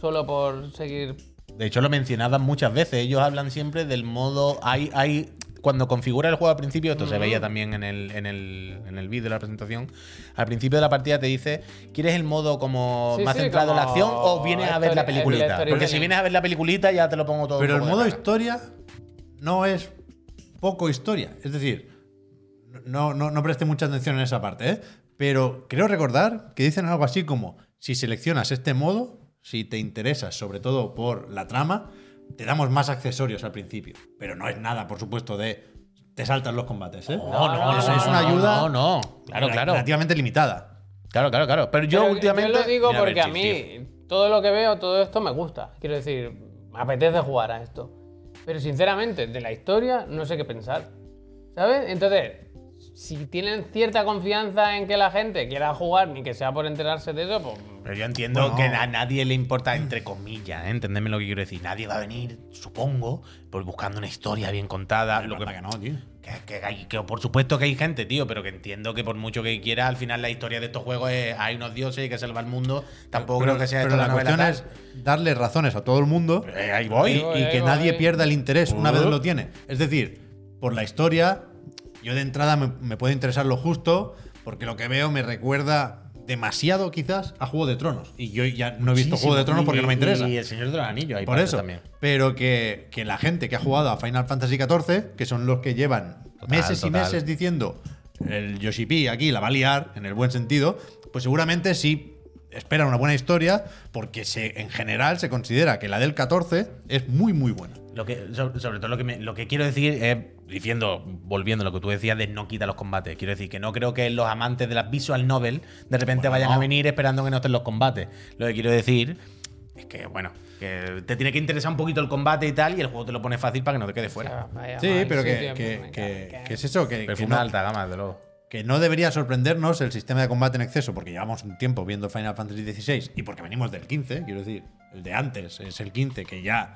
C: solo por seguir...
B: De hecho, lo mencionaban muchas veces. Ellos hablan siempre del modo. Hay, hay, cuando configura el juego al principio, esto se veía también en el, en el, en el vídeo de la presentación. Al principio de la partida te dice: ¿Quieres el modo como
C: Sí,
B: más
C: sí,
B: centrado en la
C: como
B: acción o vienes a ver la
C: story- el
B: peliculita?
C: storytelling.
B: Porque si vienes a ver la peliculita, ya te lo pongo todo. un
A: Pero el
B: poco de
A: modo
B: cara.
A: historia no es poco historia. Es decir, no, no, no preste mucha atención en esa parte, ¿eh? Pero creo recordar que dicen algo así como: si seleccionas este modo, si te interesas sobre todo por la trama, te damos más accesorios al principio. Pero no es nada, por supuesto, de te saltas los combates, ¿eh?
B: No, no, no,
A: Eso es
B: no,
A: una
B: no,
A: ayuda.
B: No, no. Claro,
A: rel-
B: claro.
A: Relativamente limitada.
B: Claro, claro, claro. Pero yo
C: Pero
B: últimamente.
C: Yo lo digo
B: Mira,
C: porque a
B: ver, Chief,
C: mí todo lo que veo, todo esto me gusta. Quiero decir, me apetece jugar a esto. Pero sinceramente, de la historia no sé qué pensar. ¿Sabes? Entonces, si tienen cierta confianza en que la gente quiera jugar ni que sea por enterarse de eso, pues...
B: Pero yo entiendo
A: Bueno.
B: que a nadie le importa, entre comillas, ¿eh? entendedme lo que quiero decir. Nadie va a venir, supongo, por buscando una historia bien contada. Lo que,
A: Anda no, tío.
B: que- que hay- que por supuesto que hay gente, tío, pero que entiendo que por mucho que quiera, al final la historia de estos juegos es hay unos dioses y que salva el mundo. Tampoco creo que sea
A: pero
B: esto
A: la
B: una novela
A: cuestión es darle razones a todo el mundo.
B: tal. Eh, ahí
A: y,
B: voy.
C: voy,
A: y
C: ahí
A: que
C: voy.
A: nadie pierda el interés una
B: Uh.
A: vez lo tiene. Es decir, por la historia, yo de entrada me, me puede interesar lo justo, porque lo que veo me recuerda demasiado quizás a Juego de Tronos. Y yo ya no he visto Juego de Tronos porque no me
B: Y-
A: interesa.
B: Y el Señor de los Anillos, ahí
A: por
B: pasa
A: eso.
B: también.
A: Pero que, que la gente que ha jugado a Final Fantasy XIV, que son los que llevan
B: Total,
A: meses y
B: total.
A: meses diciendo el Yoshi P aquí la va a liar, en el buen sentido, pues seguramente sí espera una buena historia, porque se, en general se considera que la del 14 es muy, muy buena.
B: Lo que, sobre, sobre todo lo que, me- lo que quiero decir es, diciendo, volviendo a lo que tú decías de no quita los combates. Quiero decir que no creo que los amantes de las visual novel de repente vayan a venir esperando que no estén los combates. Lo que quiero decir es que, bueno, que te tiene que interesar un poquito el combate y tal, y el juego te lo pone fácil para que no te quede fuera.
C: ah, vaya
A: Sí,
C: mal
A: pero que,
C: sitio,
A: que,
C: me
A: que-
C: cago en-
A: que es eso, que, que
B: Perfume de
A: no,
B: alta gama, desde luego.
A: que no debería sorprendernos el sistema de combate en exceso, porque llevamos un tiempo viendo Final Fantasy XVI y porque venimos del 15, quiero decir, el de antes es el 15 que ya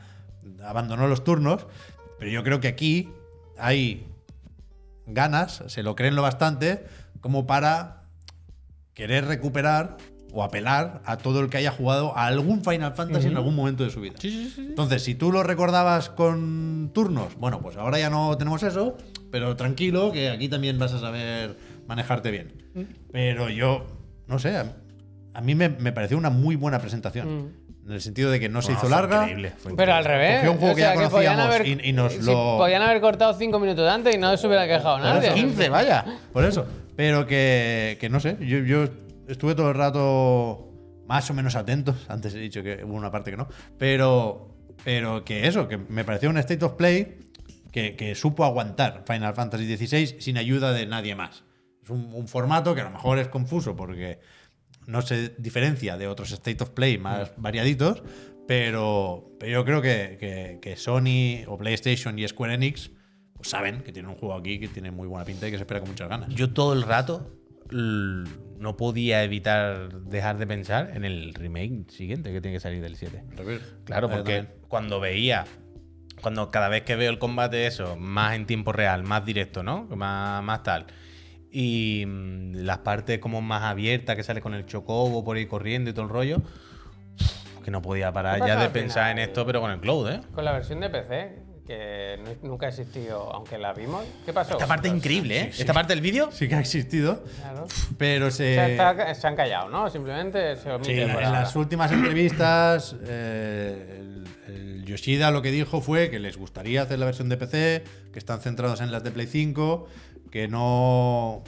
A: abandonó los turnos, pero yo creo que aquí hay ganas, se lo creen lo bastante, como para querer recuperar o apelar a todo el que haya jugado a algún Final Fantasy en algún momento de su vida. Entonces, si tú lo recordabas con turnos, bueno, pues ahora ya no tenemos eso, pero tranquilo, que aquí también vas a saber manejarte bien. Pero yo, no sé, a, a mí me, me pareció una muy buena presentación. En el sentido de que no se
B: Bueno,
A: hizo
B: fue
A: larga.
B: increíble, fue
C: Pero al
B: increíble.
C: revés.
A: Cogió un juego que ya
C: podían
A: conocíamos y- y nos
C: sí,
A: lo-
C: Podían haber cortado cinco minutos antes y no se hubiera quejado nadie.
B: 15, vaya.
A: Por eso. Pero que, que no sé, yo, yo estuve todo el rato más o menos atento. Antes he dicho que hubo una parte que no. Pero, pero que eso, que me pareció un state of play que, que supo aguantar Final Fantasy XVI sin ayuda de nadie más. Es un, un formato que a lo mejor es confuso porque no se diferencia de otros state of play más variaditos. Pero, pero yo creo que, que- que Sony o PlayStation y Square Enix pues saben que tienen un juego aquí que tiene muy buena pinta y que se espera con muchas ganas.
B: Yo todo el rato l- no podía evitar dejar de pensar en el remake siguiente que tiene que salir del 7. Claro,
A: Ah, yo
B: porque
A: también.
B: Eh, cuando veía, cuando cada vez que veo el combate eso, más en tiempo real, más directo, ¿no? Más, más tal. Y mm, las partes como más abiertas que sale con el chocobo por ahí corriendo y todo el rollo. Que no podía parar
C: ¿Qué
B: ya
C: pasa
B: de
C: al
B: pensar en
C: final?
B: esto, pero con el cloud, ¿eh?
C: Con la versión de PC, que nu- nunca existió, aunque la vimos. ¿Qué pasó?
B: Esta parte es increíble, ¿eh?
A: sí, sí.
B: Esta parte del vídeo.
A: Sí que ha existido,
C: Claro.
A: pero
C: O
A: se.
C: sea, está- se han callado, ¿no? Simplemente se
A: Eh, Sí,
C: omite
A: en,
C: por
A: en
C: ahora.
A: las últimas entrevistas, eh, el, el Yoshida lo que dijo fue que les gustaría hacer la versión de PC, que están centrados en las de Play 5, que no.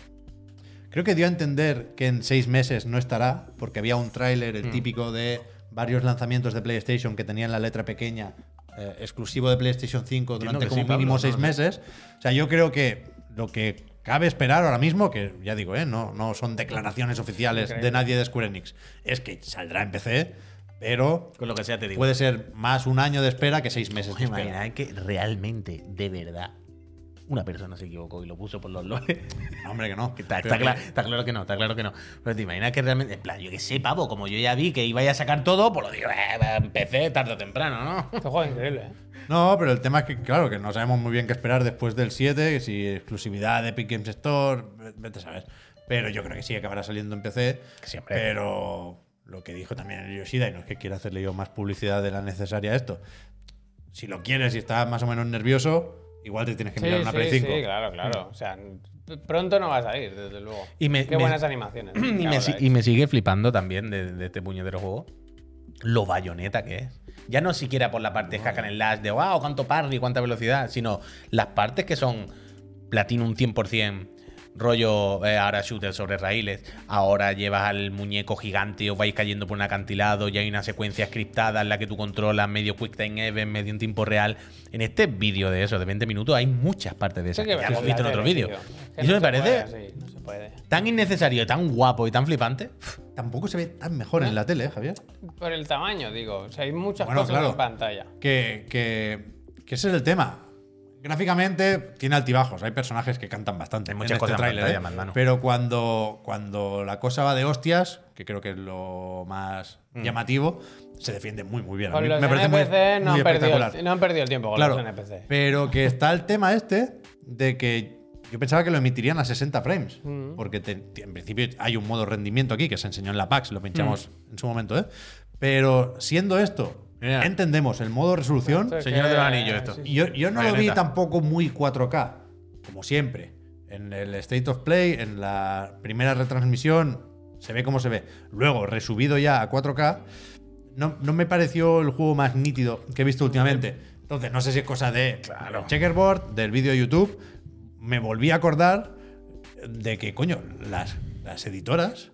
A: Creo que dio a entender que en seis meses no estará, porque había un tráiler,
B: Hmm.
A: el típico de varios lanzamientos de PlayStation que tenían la letra pequeña, eh, exclusivo de PlayStation 5
B: Entiendo
A: durante
B: que
A: como
B: sí, Pablo,
A: mínimo
B: no,
A: seis
B: no.
A: meses. O sea, yo creo que lo que cabe esperar ahora mismo, que ya digo, eh, no, no son declaraciones oficiales de
C: Increíble.
A: nadie de Square Enix, es que saldrá en PC, pero
B: Con lo que sea te digo.
A: puede ser más un año de espera que seis meses de
B: ¿Os
A: espera.
B: imagináis que realmente, de verdad, una persona se equivocó y lo puso por los loles?
A: No, hombre, que no.
B: Que Está,
A: Pero
B: está, cla- está claro que no, está claro que no. Pero te imaginas que realmente, en plan, yo que sé, pavo, como yo ya vi que iba a sacar todo, pues lo digo, eh, empecé tarde o temprano, ¿no?
C: Este juego es increíble, ¿eh?
A: No, pero el tema es que, claro, que no sabemos muy bien qué esperar después del 7, que si exclusividad de Epic Games Store, vete a saber. Pero yo creo que sí acabará saliendo en PC.
B: Siempre.
A: Pero lo que dijo también el Yoshida, y no es que quiera hacerle yo más publicidad de la necesaria a esto. Si lo quieres y estás más o menos nervioso, igual te tienes que mirar
C: Sí,
A: una
C: sí,
A: Play Mm. 5.
C: sí, claro, claro. O sea, p- pronto no va a salir, desde luego.
B: Y me-
C: Qué
B: me-
C: buenas animaciones.
B: y,
C: ahora,
B: me, si-
C: ¿eh?
B: y me sigue flipando también de, de este puñetero juego. Lo bayoneta que es. Ya no siquiera por la parte de hack and slash de wow, cuánto parry, cuánta velocidad, sino las partes que son Platinum 100%, rollo eh, ahora shooter sobre raíles, ahora llevas al muñeco gigante os vais cayendo por un acantilado, ya hay una secuencia scriptada en la que tú controlas medio quick time event, medio en tiempo real. En este vídeo de eso, de 20 minutos, hay muchas partes de
C: Sí
B: esas
C: que
B: que
C: ves
B: ya hemos
C: la
B: visto en
C: tele,
B: otros vídeos.
C: tío. Es que
B: Y eso me
C: no se
B: parece
C: puede así, no se puede.
B: tan innecesario, tan guapo y tan flipante.
A: Tampoco se ve tan mejor en la tele, ¿eh, Javier.
C: Por el tamaño, digo. O sea, hay muchas
A: Bueno,
C: cosas
A: claro.
C: en pantalla.
A: Que, que- que ese es el tema. Gráficamente tiene altibajos, hay personajes que cantan bastante
B: Hay
A: en
B: muchas
A: este
B: cosas en
A: tráiler,
B: pantalla,
A: ¿eh?
B: más mano.
A: Pero cuando, cuando la cosa va de hostias, que creo que es lo más
B: Mm.
A: llamativo, se defiende muy, muy bien. A
C: Con
A: mí
C: los
A: me parece muy,
C: NPC no,
A: muy
C: han perdido,
A: espectacular.
C: el- no han perdido el tiempo con
A: Claro,
C: los NPC.
A: pero que está el tema este de que yo pensaba que lo emitirían a 60 frames, porque te- te- en principio hay un modo rendimiento aquí que se enseñó en la PAX, lo pinchamos en su momento, ¿eh? Pero siendo esto,
B: Yeah.
A: entendemos el modo resolución.
C: Esto es
B: Señor
C: que-
B: de los Anillos, esto.
C: sí,
A: Y yo, yo no lo vi
B: Bayoneta.
A: tampoco muy 4K, como siempre. En el State of Play, en la primera retransmisión, se ve como se ve. Luego, resubido ya a 4K, no, no me pareció el juego más nítido que he visto últimamente. Entonces, no sé si es cosa de del checkerboard, del vídeo de YouTube. Me volví a acordar de que, coño, las, las editoras.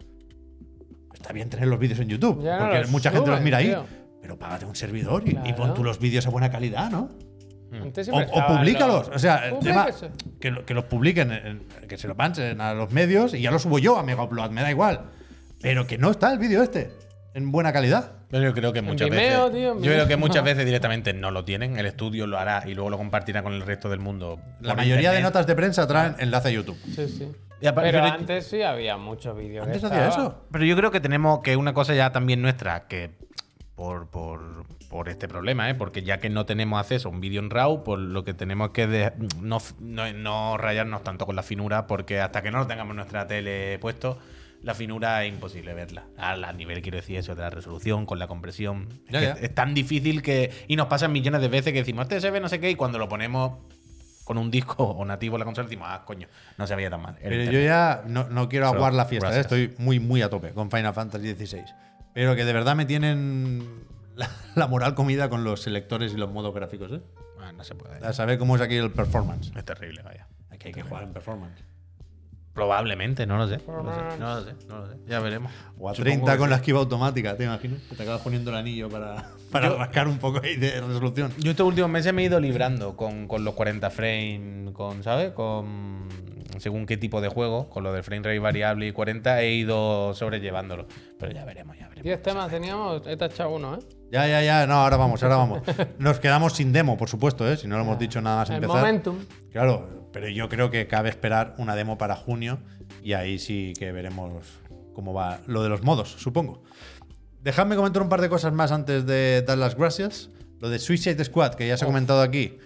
A: Está bien tener los vídeos en YouTube,
C: Ya no
A: porque
C: los
A: mucha gente los
C: suben,
A: mira ahí.
C: tío.
A: Pero págate un servidor y, y pon
C: Claro.
A: tú los vídeos a buena calidad, ¿no?
C: Antes
A: Mm. O,
C: siempre
A: o
C: estaban los-
A: publícalos. O sea, el tema,
C: Publíquese.
A: que, lo- que los publiquen, en- en- que se lo pasen a los medios y ya lo subo yo a Mega Upload, me da igual. Pero que no está el vídeo este en buena calidad.
B: Pero yo creo que muchas
C: Vimeo,
B: veces.
C: tío, en
B: yo
C: Vimeo.
B: creo que muchas veces directamente no lo tienen. El estudio lo hará y luego lo compartirá con el resto del mundo.
A: La
B: por
A: mayoría de
B: internet.
A: notas de prensa traen enlace a YouTube.
C: Sí, sí.
B: Y aparte-
C: pero
B: pero-
C: antes sí había muchos vídeos. que
A: Antes hacía
C: estaban.
A: eso.
B: Pero yo creo que tenemos que una cosa ya también nuestra, que por, por, por este problema, ¿eh? porque ya que no tenemos acceso a un vídeo en RAW, pues lo que tenemos que de- no, no, no rayarnos tanto con la finura, porque hasta que no lo tengamos en nuestra tele puesto, la finura es imposible verla. A la nivel, quiero decir, eso de la resolución, con la compresión. Es
A: Ya,
B: que
A: ya.
B: Es tan difícil que... Y nos pasan millones de veces que decimos, este se ve no sé qué, y cuando lo ponemos con un disco o nativo en la consola, decimos, ah, coño, no se veía tan mal. Era
A: Pero yo
B: internet.
A: ya no, no quiero
B: Solo
A: aguar la fiesta, ¿eh?
B: gracias.
A: estoy muy, muy a tope con Final Fantasy XVI. Pero que de verdad me tienen la, la moral comida con los selectores y los modos gráficos. ¿eh?
B: Ah, no se puede.
A: A saber cómo es aquí el performance.
B: Es terrible, vaya.
A: Aquí hay que jugar en performance.
B: Probablemente, no lo sé. No lo sé, no lo sé, no lo sé. Ya veremos.
A: O a
B: Supongo
A: 30
B: que
A: con
B: sí.
A: la esquiva automática, te imagino. Que te acabas poniendo el anillo para, para rascar un poco ahí de resolución.
B: Yo este estos últimos meses me he ido librando con, con los 40 frames, con, ¿sabes? Con según qué tipo de juego, con lo del frame rate variable y 40 he ido sobrellevándolo. Pero ya veremos, ya veremos.
C: 10 temas teníamos, he tachado uno, ¿eh?
A: Ya, ya, ya. No, ahora vamos, ahora vamos. Nos quedamos sin demo, por supuesto, ¿eh? si no lo hemos dicho nada más
C: El
A: empezar.
C: momentum.
A: Claro, pero yo creo que cabe esperar una demo para junio y ahí sí que veremos cómo va lo de los modos, supongo. Dejadme comentar un par de cosas más antes de dar las gracias. Lo de Suicide Squad, que ya se ha comentado aquí,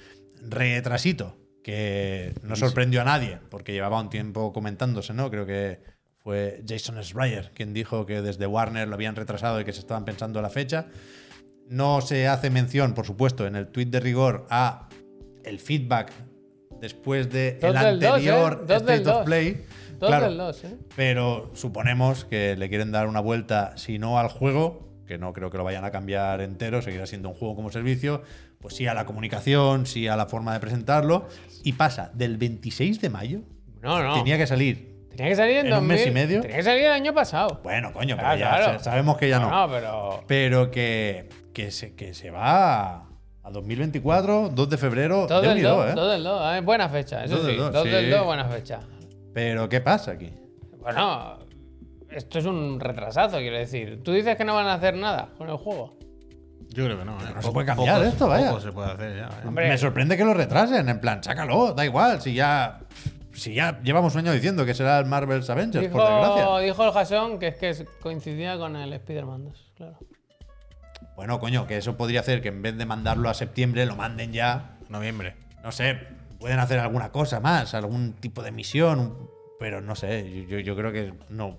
A: retrasito, que no sorprendió a nadie, porque llevaba un tiempo comentándose, ¿no? Creo que fue Jason Schreier quien dijo que desde Warner lo habían retrasado y que se estaban pensando la fecha. No se hace mención, por supuesto, en el tweet de rigor a el feedback después de
C: Dos
A: el
C: del dos,
A: anterior
C: ¿eh? Dos del
A: State of
C: dos.
A: Play.
C: Dos
A: Claro,
C: del dos, ¿eh?
A: pero suponemos que le quieren dar una vuelta, si no al juego, que no creo que lo vayan a cambiar entero, seguirá siendo un juego como servicio, pues sí a la comunicación, sí a la forma de presentarlo. Y pasa del 26 de mayo,
C: No, no.
A: tenía que salir.
C: Tenía que salir en,
A: ¿En un mes
C: 2000,
A: y medio?
C: Tenía que salir el año pasado.
A: Bueno, coño, pero
C: Ah,
A: ya
C: claro.
A: sa- sabemos que ya no.
C: No, pero.
A: Pero que, que, se, que se va a 2024, 2 de febrero,
C: Todo
A: de un
C: del
A: y dos,
C: 2,
A: ¿eh?
C: todo del 2. ah, Buena fecha, eso
A: Dos del
C: sí.
A: dos,
C: Dos
A: sí.
C: del 2, buena fecha.
A: Pero ¿qué pasa aquí?
C: Bueno, Ah. esto es un retrasazo, quiero decir. Tú dices que no van a hacer nada con el juego.
B: Yo creo que no. ¿eh?
A: no se puede cambiar esto, vaya.
B: Poco se puede hacer ya. vaya.
C: Hombre.
A: Me sorprende que lo retrasen, en plan, sácalo, da igual, si ya, si ya llevamos un año diciendo que será el Marvel's Avengers, por
C: Dijo,
A: desgracia.
C: dijo el Jason que es que coincidía con el Spider-Man 2, claro.
A: Bueno, coño, que eso podría hacer que en vez de mandarlo a septiembre, lo manden ya,
B: Noviembre.
A: no sé, pueden hacer alguna cosa más, algún tipo de misión, un- pero no sé, yo- yo, yo creo que no,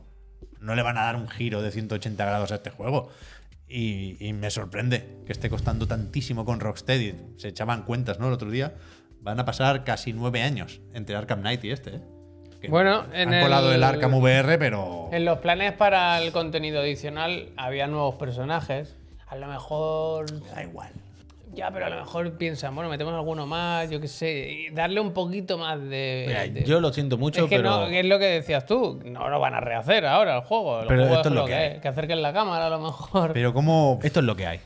A: no le van a dar un giro de 180 grados a este juego. Y, y me sorprende que esté costando tantísimo con Rocksteady. Se echaban cuentas, ¿no? El otro día. Van a pasar casi nueve años entre Arkham Knight y este, ¿eh? Que
C: Bueno, en
A: han colado el,
C: el-
A: Arkham VR, pero.
C: En los planes para el contenido adicional había nuevos personajes. A lo mejor.
A: Da igual.
C: Ya, pero a lo mejor piensan, bueno, metemos alguno más, yo qué sé. Y darle un poquito más de.
B: Mira,
C: de-
B: yo lo siento mucho,
C: es que
B: pero.
C: no, que es lo que decías tú. No lo van a rehacer ahora el juego. El
B: Pero
C: juego
B: esto es lo que hay.
C: es. Que acerquen la cámara a lo mejor.
A: Pero como.
B: Esto es lo que hay.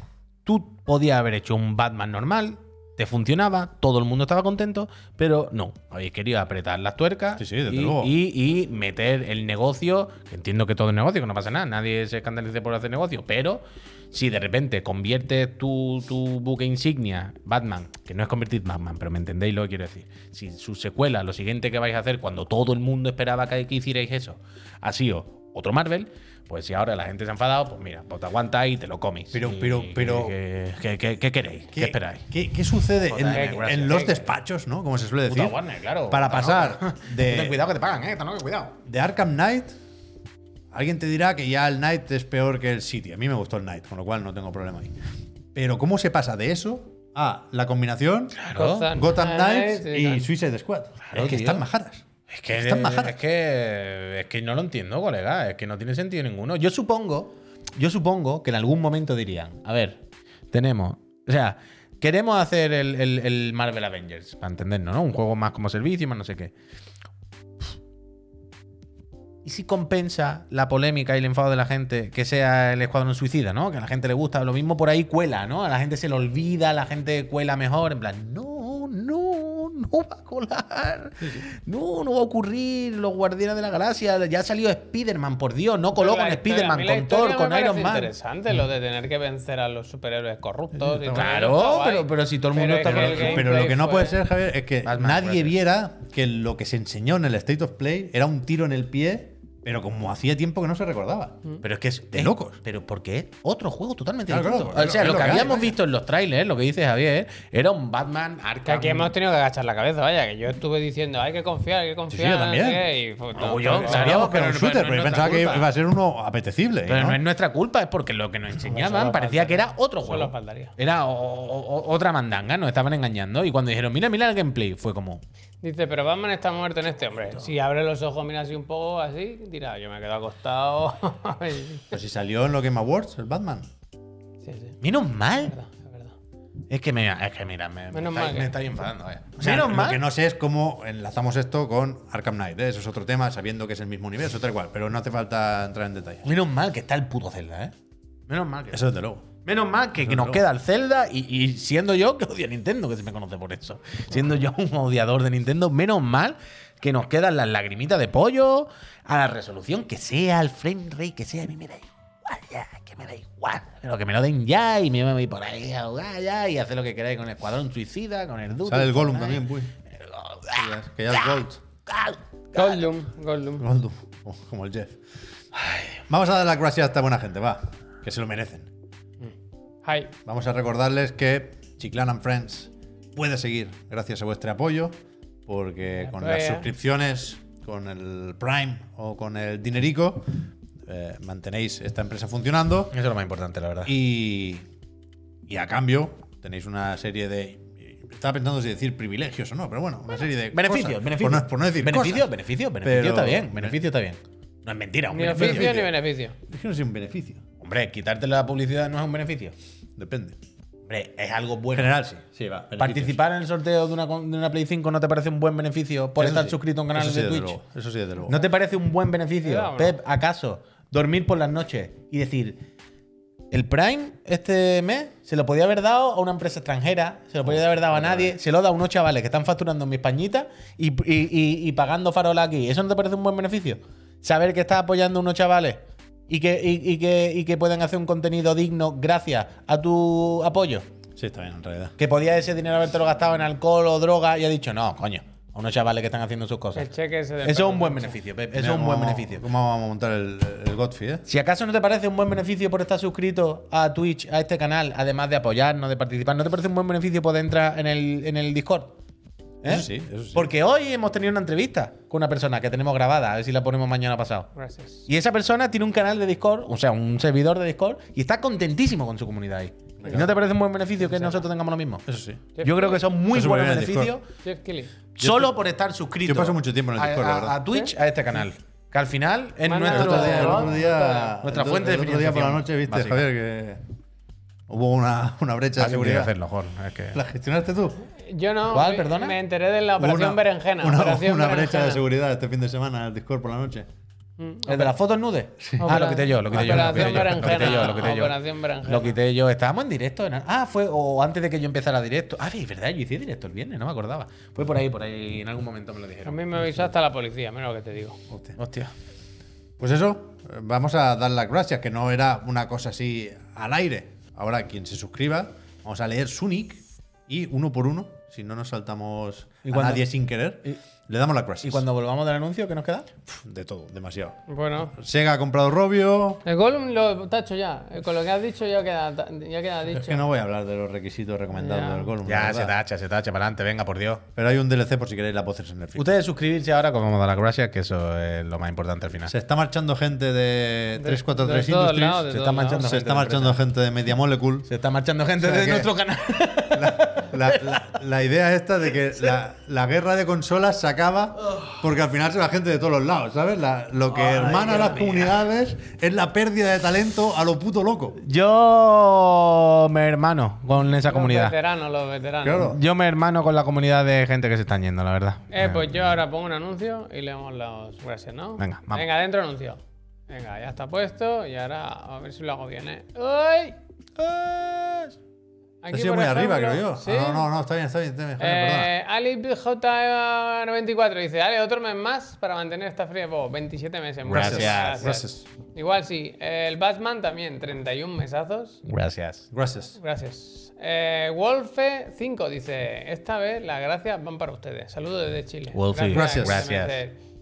B: Tú podías haber hecho un Batman normal, te funcionaba, todo el mundo estaba contento, pero no. Habéis querido apretar las tuercas
A: Sí, sí, desde
B: y,
A: luego.
B: y- y meter el negocio, que entiendo que todo es negocio, que no pasa nada, nadie se escandalice por hacer negocio, pero si de repente conviertes tu, tu buque insignia, Batman, que no es convertir Batman, pero me entendéis lo que quiero decir, si su secuela, lo siguiente que vais a hacer cuando todo el mundo esperaba que, que hicierais eso, ha sido otro Marvel, pues si ahora la gente se ha enfadado, pues mira, pues te aguantas y te lo comes.
A: Pero-
B: Y-
A: pero- pero-
B: ¿Qué, qué, qué- qué queréis? ¿Qué, esperáis?
A: ¿Qué, qué sucede
B: Joder,
A: en,
B: eh,
A: en
B: gracias, eh.
A: los despachos, ¿no? Como se suele
B: Puta
A: decir.
B: Warner, claro.
A: Para
B: Puta
A: pasar
B: loca.
A: de-
B: Ten cuidado que te pagan, eh. Ten cuidado.
A: de Arkham Knight, alguien te dirá que ya el Knight es peor que el City. A mí me gustó el Knight, con lo cual no tengo problema ahí. Pero ¿cómo se pasa de eso a la combinación
C: Gotham.
A: Gotham Knights
C: Knights y
A: y
C: Gotham.
A: Suicide Squad? es que
B: tío.
A: están majadas.
B: Es que,
A: Están majadas.
B: es que es que no lo entiendo, colega. Es que no tiene sentido ninguno. Yo supongo, yo supongo que en algún momento dirían, a ver, tenemos, o sea, queremos hacer el, el- el Marvel Avengers, para entendernos, ¿no? Un juego más como servicio, más no sé qué. ¿Y si compensa la polémica y el enfado de la gente que sea el Escuadrón Suicida, ¿no? Que a la gente le gusta, lo mismo por ahí cuela, ¿no? A la gente se le olvida, a la gente cuela mejor, en plan, no, no, no va a colar, no, no va a ocurrir, los Guardianes de la Galaxia, ya salió Spider-Man, por Dios, no coló
C: Pero la
B: con
C: historia- a
B: Spider-Man,
C: mí la
B: con
C: historia
B: Thor,
C: me
B: con
C: parece
B: Iron Man.
C: interesante lo de tener que vencer a los superhéroes corruptos. y todo
B: Claro,
C: eso, está guay.
B: pero- pero si todo el mundo está
C: Pero es que
B: con
C: el
B: el-
A: Pero lo
C: gameplay
A: que no
C: fue-
A: puede ser, Javier, es que
B: Batman
A: nadie
B: Forever.
A: viera que lo que se enseñó en el State of Play era un tiro en el pie, pero como hacía tiempo que no se recordaba.
B: Pero es que es
A: De
B: es-
A: locos.
B: Pero porque es otro juego totalmente
A: Claro,
B: distinto.
A: claro,
B: o sea,
A: es
B: lo,
A: lo que
B: que
A: hay,
B: habíamos
A: vaya.
B: visto en los trailers, lo que dice Javier, era un Batman
C: Que
B: Arkham.
C: aquí hemos tenido que agachar la cabeza, vaya, que yo estuve diciendo, hay que confiar, hay que
A: Sí,
C: confiar.
A: yo también.
C: no sé qué, y, pues, no,
B: Orgullo,
C: pero-
A: Sabíamos que era
B: pero-
A: un shooter,
B: pero
A: pero
B: no
A: yo
B: es
A: pensaba que
B: nuestra
A: iba a ser uno apetecible.
B: Pero
A: ¿no?
B: no es nuestra culpa, es porque lo que nos enseñaban
C: solo
B: parecía
C: falta.
B: que era otro juego.
C: Solo faltaría.
B: Era o- o- o- otra mandanga, nos estaban engañando. Y cuando dijeron, mira, mira el gameplay, fue como.
C: Dice, pero Batman está muerto en este hombre. Si abre los ojos, mira así un poco así, dirá, yo me quedo acostado.
A: Pero
C: sí,
A: Pues si salió en los Game Awards, el Batman.
C: sí,
B: Menos mal.
C: verdad, es verdad.
B: Es que, me, es que mira, me, me
C: Menos
B: está,
C: mal que-
B: me estáis enfadando. vaya.
A: O sea,
B: menos
A: lo
B: mal.
A: que no sé es cómo enlazamos esto con Arkham Knight. ¿eh? Eso es otro tema, sabiendo que es el mismo universo, tal cual. Pero no hace falta entrar en detalle.
B: Menos mal que está el puto Zelda, ¿eh? Menos mal que.
A: Eso desde luego.
B: Menos mal que, que nos queda el Zelda y, y siendo yo que odio a Nintendo, que se me conoce por eso. Siendo yo un odiador de Nintendo, menos mal que nos quedan las lagrimitas de pollo a la resolución, que sea el frame rate, que sea, a mí me da igual. igual ya, que me da igual. Pero que me lo den ya y me voy por ahí a jugar ya y hacer lo que queráis con el Escuadrón Suicida, con el Duty.
A: Sale el
B: con
A: Gollum
B: ahí.
A: también, pues.
B: El Gollum.
A: Que ya
B: Ah.
A: es Gold.
C: Goldum, Goldum.
A: Goldum. Oh, como el Jeff. Vamos a dar las gracias a esta buena gente, va. Que se lo merecen.
C: Hi.
A: Vamos a recordarles que Chiclan and Friends puede seguir gracias a vuestro apoyo, porque con
B: pues.
A: las
C: Apoya.
A: suscripciones, con el Prime o con el dinerico, eh, mantenéis esta empresa funcionando
B: Eso es lo más importante, la verdad.
A: y, y a cambio tenéis una serie de... Estaba pensando si decir privilegios o no, pero bueno, una serie de...
B: beneficios,
A: cosas,
B: beneficios.
A: Por no, por no decir
B: beneficio,
A: cosas.
B: beneficio, beneficio
A: Pero-
B: está bien, beneficio está bien. No es mentira, un
C: Ni
B: beneficio.
C: oficio ni beneficio.
A: Es que no es un beneficio,
B: Hombre, quitarte la publicidad no es un beneficio.
A: depende.
B: Hombre, es algo bueno.
A: En general sí, sí, va. beneficios.
B: Participar en el sorteo de una, con- de una Play 5 no te parece un buen beneficio por
A: Eso
B: estar
A: sí,
B: suscrito a un canal
A: eso sí,
B: de
A: desde
B: Twitch.
A: luego, Eso sí, desde luego.
B: ¿No te parece un buen beneficio,
C: Eh, vámonos.
B: Pep, acaso, dormir por las noches y decir, el Prime este mes se lo podía haber dado a una empresa extranjera, se lo podía haber dado a nadie, se lo da a unos chavales que están facturando en mis pañitas y, y- y- y pagando farola aquí? ¿Eso no te parece un buen beneficio? Saber que estás apoyando a unos chavales y que, y- y que, y que pueden hacer un contenido digno gracias a tu apoyo.
A: Sí, está bien, en realidad.
B: Que podía ese dinero habértelo gastado en alcohol o droga y ha dicho, no, coño, a unos chavales que están haciendo sus cosas.
C: El cheque ese de
B: Eso es un buen beneficio, Pep. Eso
A: Mira
B: es un
A: cómo
B: buen
A: vamos-
B: beneficio.
A: ¿Cómo vamos a montar el, el Godfrey, eh?
B: Si acaso no te parece un buen beneficio por estar suscrito a Twitch, a este canal, además de apoyarnos, de participar, ¿no te parece un buen beneficio poder entrar en el, en el Discord? ¿Eh?
A: Eso sí, eso sí.
B: Porque hoy hemos tenido una entrevista con una persona que tenemos grabada, a ver si la ponemos mañana pasado.
C: Gracias.
B: Y esa persona tiene un canal de Discord, o sea, un servidor de Discord, y está contentísimo con su comunidad ahí. ¿Y ¿No te parece un buen beneficio que nosotros tengamos lo mismo?
A: Eso sí.
B: Yo creo que son muy
A: Está
B: buenos
A: superbién el Discord.
B: beneficios
C: Jeff Kelly.
B: solo por estar suscrito.
A: Yo paso mucho tiempo en el
B: a-
A: Discord, la
B: a-
A: verdad.
B: A Twitch, a este canal. Que al final es
C: Manda
A: El
B: nuestro.
A: otro día, el otro día-
B: Nuestra
A: el-
B: fuente de
A: el otro día por la
B: financiación
A: noche, viste,
B: básica.
A: Javier, que hubo una, una brecha de
B: Alguien tiene
A: seguridad.
B: que hacerlo, Jorge. Es que...
A: ¿La gestionaste tú?
C: Yo no.
B: ¿Cuál,
C: me-
B: perdona?
C: Me enteré de la
A: Hubo
C: operación berenjena.
A: Una,
C: operación
A: una brecha
C: berenjena.
A: de seguridad este fin de semana en el Discord por la noche.
B: ¿El de las fotos nudes? Ah, lo quité yo, lo quité yo. Lo quité
C: Operación
B: yo, lo quité yo, lo
C: berenjena.
B: quité yo.
C: Operación berenjena.
B: Lo quité yo. Estábamos en directo. ¿no? Ah, fue o antes de que yo empezara directo. Ah, es verdad, yo hice directo el viernes, no me acordaba. Fue por ahí, por ahí. En algún momento me lo
C: A
B: dijeron.
C: mí me avisó hasta la policía, mira lo que te digo.
B: Hostia.
A: Pues eso, eh, vamos a dar las gracias, que no era una cosa así al aire. Ahora, quien se suscriba, vamos a leer su nick y uno por uno, si no nos saltamos
B: ¿Y
A: a
B: cuando-
A: nadie sin querer,
B: y-
A: le damos las gracias.
B: ¿Y cuando volvamos del anuncio, qué nos queda?
A: Pf, De todo, demasiado.
C: Bueno.
A: Sega ha comprado Robio.
C: El Gollum lo tacho ya. eh, Con lo que has dicho ya queda, ta- ya queda dicho.
A: Es que no voy a hablar de los requisitos recomendados
C: Ya.
A: del Gollum. la
B: Ya,
A: verdad.
B: se tacha, se tacha, para adelante, venga, por Dios.
A: Pero hay un DLC por si queréis las voces en el film.
B: Ustedes suscribirse ahora, como hemos dado las gracias, que eso es lo más importante al final.
A: Se está marchando gente de 343
C: de todos
A: Industries.
C: lados, de
A: se
C: todos
A: está marchando,
B: lados.
A: se está marchando gente de Media Molecule.
B: Se está marchando gente
A: O sea
B: de
A: que-
B: nuestro canal.
A: La, la- la- la idea esta de que la, la guerra de consolas se acaba
C: Oh.
A: porque al final se va gente de todos los lados, ¿sabes? La- lo que hermana a las comunidades es la pérdida de talento a lo puto loco.
B: Yo me hermano con esa
C: Los
B: comunidad.
C: veteranos, los veteranos.
A: Claro.
B: Yo me hermano con la comunidad de gente que se están yendo, la verdad.
C: Eh, pues yo ahora pongo un anuncio y leemos las gracias, ¿no?
B: Venga, vamos.
C: Venga, dentro anuncio. Venga, ya está puesto y ahora a ver si lo hago bien, ¿eh? ¡Ay! pues,
A: Ha sido
C: por
A: muy
C: ejemplo,
A: arriba, creo yo.
C: ¿sí?
A: Ah, No, no, no, está bien, está bien. Está bien, Jaime, perdona.
C: Eh, Ali BJ94 dice, dale otro mes más para mantener esta fría. Oh, 27 meses. muchas
B: Gracias.
C: Igual sí. El Batman también, 31 mesazos.
B: Gracias.
A: Gracias.
C: Gracias. Eh, Wolfe5 dice, esta vez las gracias van para ustedes. Saludos desde Chile.
B: Wolfe,
A: gracias.
B: gracias.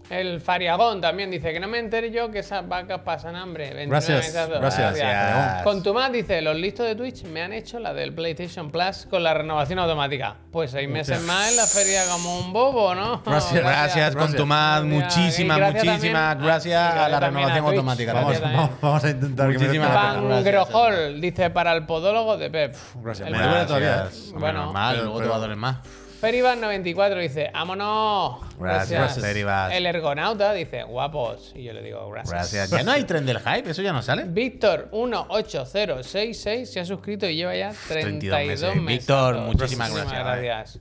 C: El Fariagón también dice que no me entere yo que esas vacas pasan hambre. 29
A: Gracias.
C: mesazos.
A: Gracias.
B: Gracias.
C: Con Tomás dice, los listos de Twitch me han hecho la del PlayStation Plus con la renovación automática. Pues seis meses más en la feria como un bobo, ¿no?
A: Gracias.
B: Gracias,
A: Gracias.
B: Contumad.
C: Gracias.
B: Muchísimas,
C: Y gracias
B: muchísimas
C: también-
B: gracias
C: y
B: a la
C: gracias también a
B: renovación
C: Twitch.
B: automática.
A: Vamos,
C: Gracias también.
A: vamos- vamos a intentar que
B: Muchísimas
A: merezca la
B: gracias.
A: pena.
C: Pangrojol dice, para el podólogo de Pep.
A: Gracias.
C: El
A: Me duele todavía.
B: Gracias.
A: ¿eh?
B: Hombre,
C: Bueno.
B: normal,
A: Pero-
B: luego te
A: pero-
B: va a doler más.
C: Feriban94 dice, vámonos.
B: Gracias, Feribas.
C: El ergonauta dice, guapos. Y yo le digo, gracias.
B: Gracias. Ya no hay tren del hype, eso ya no sale.
C: Víctor 18066 se ha suscrito y lleva ya 32,
B: 32 meses.
C: meses.
B: Víctor, muchísimas gracias.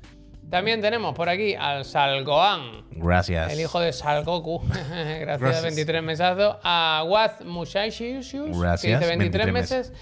C: También tenemos por aquí al Salgoan,
B: Gracias.
C: el hijo de Salgoku. gracias,
A: Gracias.
C: 23 mesazos. A Waz Mushashishus, que
B: Gracias,
C: dice
B: 23
C: 23 meses.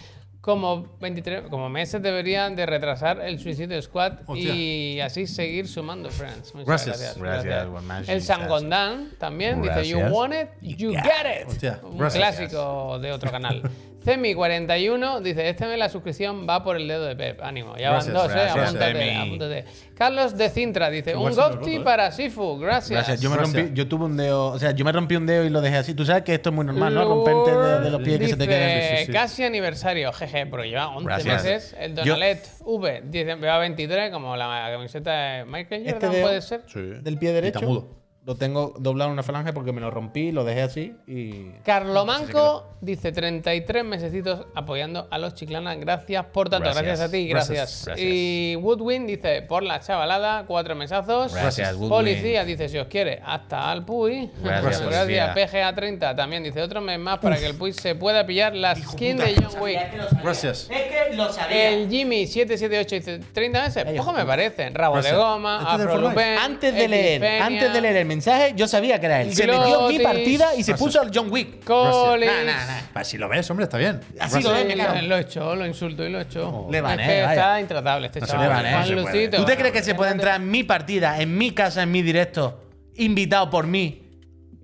C: Como, 23, como meses deberían de retrasar el Suicide Squad
A: Hostia.
C: y así seguir sumando friends. Muchas
A: Gracias.
C: gracias.
B: Gracias, Waz
C: El Sangondán también dice You
B: Gracias.
C: want it, you get it.
A: Hostia,
C: Un
A: gracias.
C: clásico de otro canal. Cemi41 dice, este mes la suscripción va por el dedo de Pep. Ánimo, ya van
A: Gracias,
C: dos, eh.
A: gracias,
C: Apúntate,
B: Cemi.
C: apúntate. Carlos de Cintra dice,
A: Igual
C: un
A: se lo
C: Gopti
A: roto, eh.
C: para Sifu. Gracias.
B: Gracias. Yo me
A: Gracias.
B: rompí, yo tuve un dedo, o sea, yo me rompí un dedo y lo dejé así. Tú sabes que esto es muy normal, ¿no? Romperte el dedo de los pies que se te
C: Dice,
B: queden. Sí, sí.
C: Casi aniversario, jeje, pero lleva 11
B: Gracias.
C: meses. El
B: Yo-
C: Donalet V, dice, lleva 23, como la camiseta de Michael
B: Este
C: Jordan,
B: dedo-
C: puede ser.
A: Sí.
B: Del pie derecho.
A: Pitamudo.
B: Lo tengo doblado en una falange porque me lo rompí, lo dejé así y.
C: Carlomanco dice 33 mesecitos apoyando a los chiclanas. Gracias por tanto, gracias,
B: Gracias.
C: a ti, gracias.
B: Gracias, gracias.
C: Y Woodwin dice por la chavalada, cuatro mesazos.
B: Gracias, Woodwin.
C: Policía dice si os quiere, hasta al Puy.
B: Gracias,
C: gracias.
B: policía.
C: PGA 30 también dice otro mes más para que el Puy se pueda pillar la skin de John
D: Sabía,
C: Wick.
D: es que lo sabía.
A: Gracias.
D: Es que lo sabía.
C: El Jimmy 778 dice 30 meses,
B: Ay,
C: poco
B: hijo
C: me parecen. Rabo
A: Gracias.
C: de goma,
A: Este es del
C: Afro
A: Fortnite.
C: Lupin,
B: Antes de leer,
C: Epiphania,
B: antes de leer el mensaje, yo sabía que era él. Se metió en mi
C: Glotis.
B: partida y se puso al John Wick.
C: Collins.
B: Nah, nah, nah.
A: Bah, Pues, si lo ves, hombre, está bien.
B: Así lo
C: Sí,
B: ves, me cago.
C: lo echó, lo insultó y lo echó.
B: Le van,
C: es que
B: eh, vaya.
C: está intratable este
A: No se
C: chaval.
A: le van, eh,
C: Juan
A: no se puede.
C: Lucito.
B: ¿Tú te crees que se puede entrar en mi partida, en mi casa, en mi directo, invitado por mí,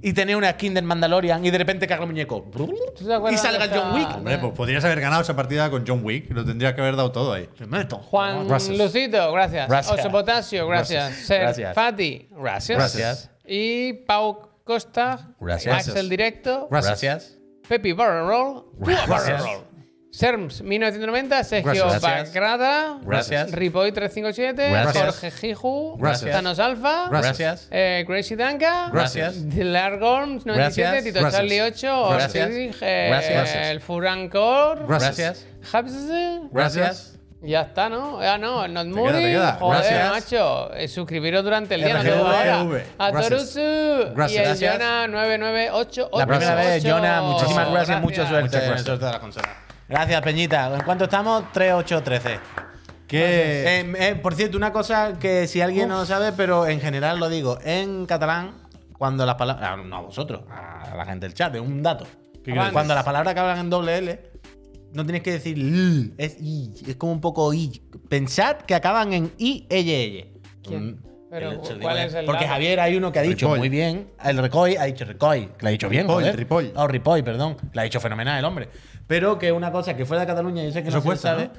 B: y tener una skin del Mandalorian y de repente carga el muñeco?
C: ¿Tú te
B: Y
C: acuerdas
B: salga
C: de
B: el John
C: esta-
B: Wick.
A: Hombre, pues podrías haber ganado esa partida con John Wick. Lo tendría que haber dado todo ahí.
B: Me meto.
C: Juan
A: Gracias.
C: Lucito, gracias.
B: Gracias.
C: Oso Potasio, gracias.
B: Gracias.
C: Ser
B: Gracias.
C: Fati, gracias.
A: Gracias.
C: Y Pau Costa,
B: Gracias.
C: Axel Directo,
A: Gracias.
C: Pepi Barrel Roll,
B: Gracias.
C: Tua Barrel Roll. Serms 1990, Sergio
A: Gracias.
C: Bacrada,
B: Gracias.
C: Ripoy 357,
B: Gracias.
C: Jorge Giju,
A: Gracias.
C: Thanos Alfa,
A: Gracias.
C: Eh, Gracie Danka.
A: Gracias.
C: The Largorms 97,
B: Gracias.
C: Tito
A: Gracias.
C: Charlie 8,
B: Gracias.
C: Orsidig, eh,
B: Gracias.
C: el Furancor.
A: Gracias.
C: Habs-
A: Gracias.
C: Ya está, ¿no? Ah, no, el Notmuri.
A: queda, te queda.
C: Joder,
A: Gracias.
C: macho. eh, suscribiros durante el día, no
B: RGV.
C: tengo ahora. A
A: Gracias.
C: Torutsu y el
B: Gracias.
C: Jonah 99888.
B: La primera vez, Jonah, muchísimas gracias, mucha suerte
C: Gracias.
A: Muchas
B: en el
A: gracias.
B: sorteo de la consola. Gracias, Peñita. ¿En cuánto estamos? 3813.
A: Que.
B: Eh, eh, por cierto, una cosa que si alguien no lo sabe, pero en general lo digo, en catalán, cuando las palabras. ah, No a vosotros, a la gente del chat, es un dato.
C: quieres
B: Cuando
C: decir?
B: las palabras que hablan en doble L, no tenéis que decir L, es I, es como un poco I. Pensad que acaban en I, L, L.
C: ¿Quién?
B: Mm,
C: Pero,
B: se lo
C: ¿cuál
B: digo,
C: es el
B: Porque
C: dato?
B: Javier hay uno que ha dicho
A: Ripoll.
B: muy bien. El Recoy ha dicho Recoy, que lo ha dicho bien.
A: Ripoll,
B: joder.
A: Ripoll.
B: Oh, Ripoll, perdón. Lo ha dicho fenomenal el hombre. Pero que una cosa que fuera de Cataluña, yo sé que
A: Eso
B: no se
A: cuesta,
B: sabe.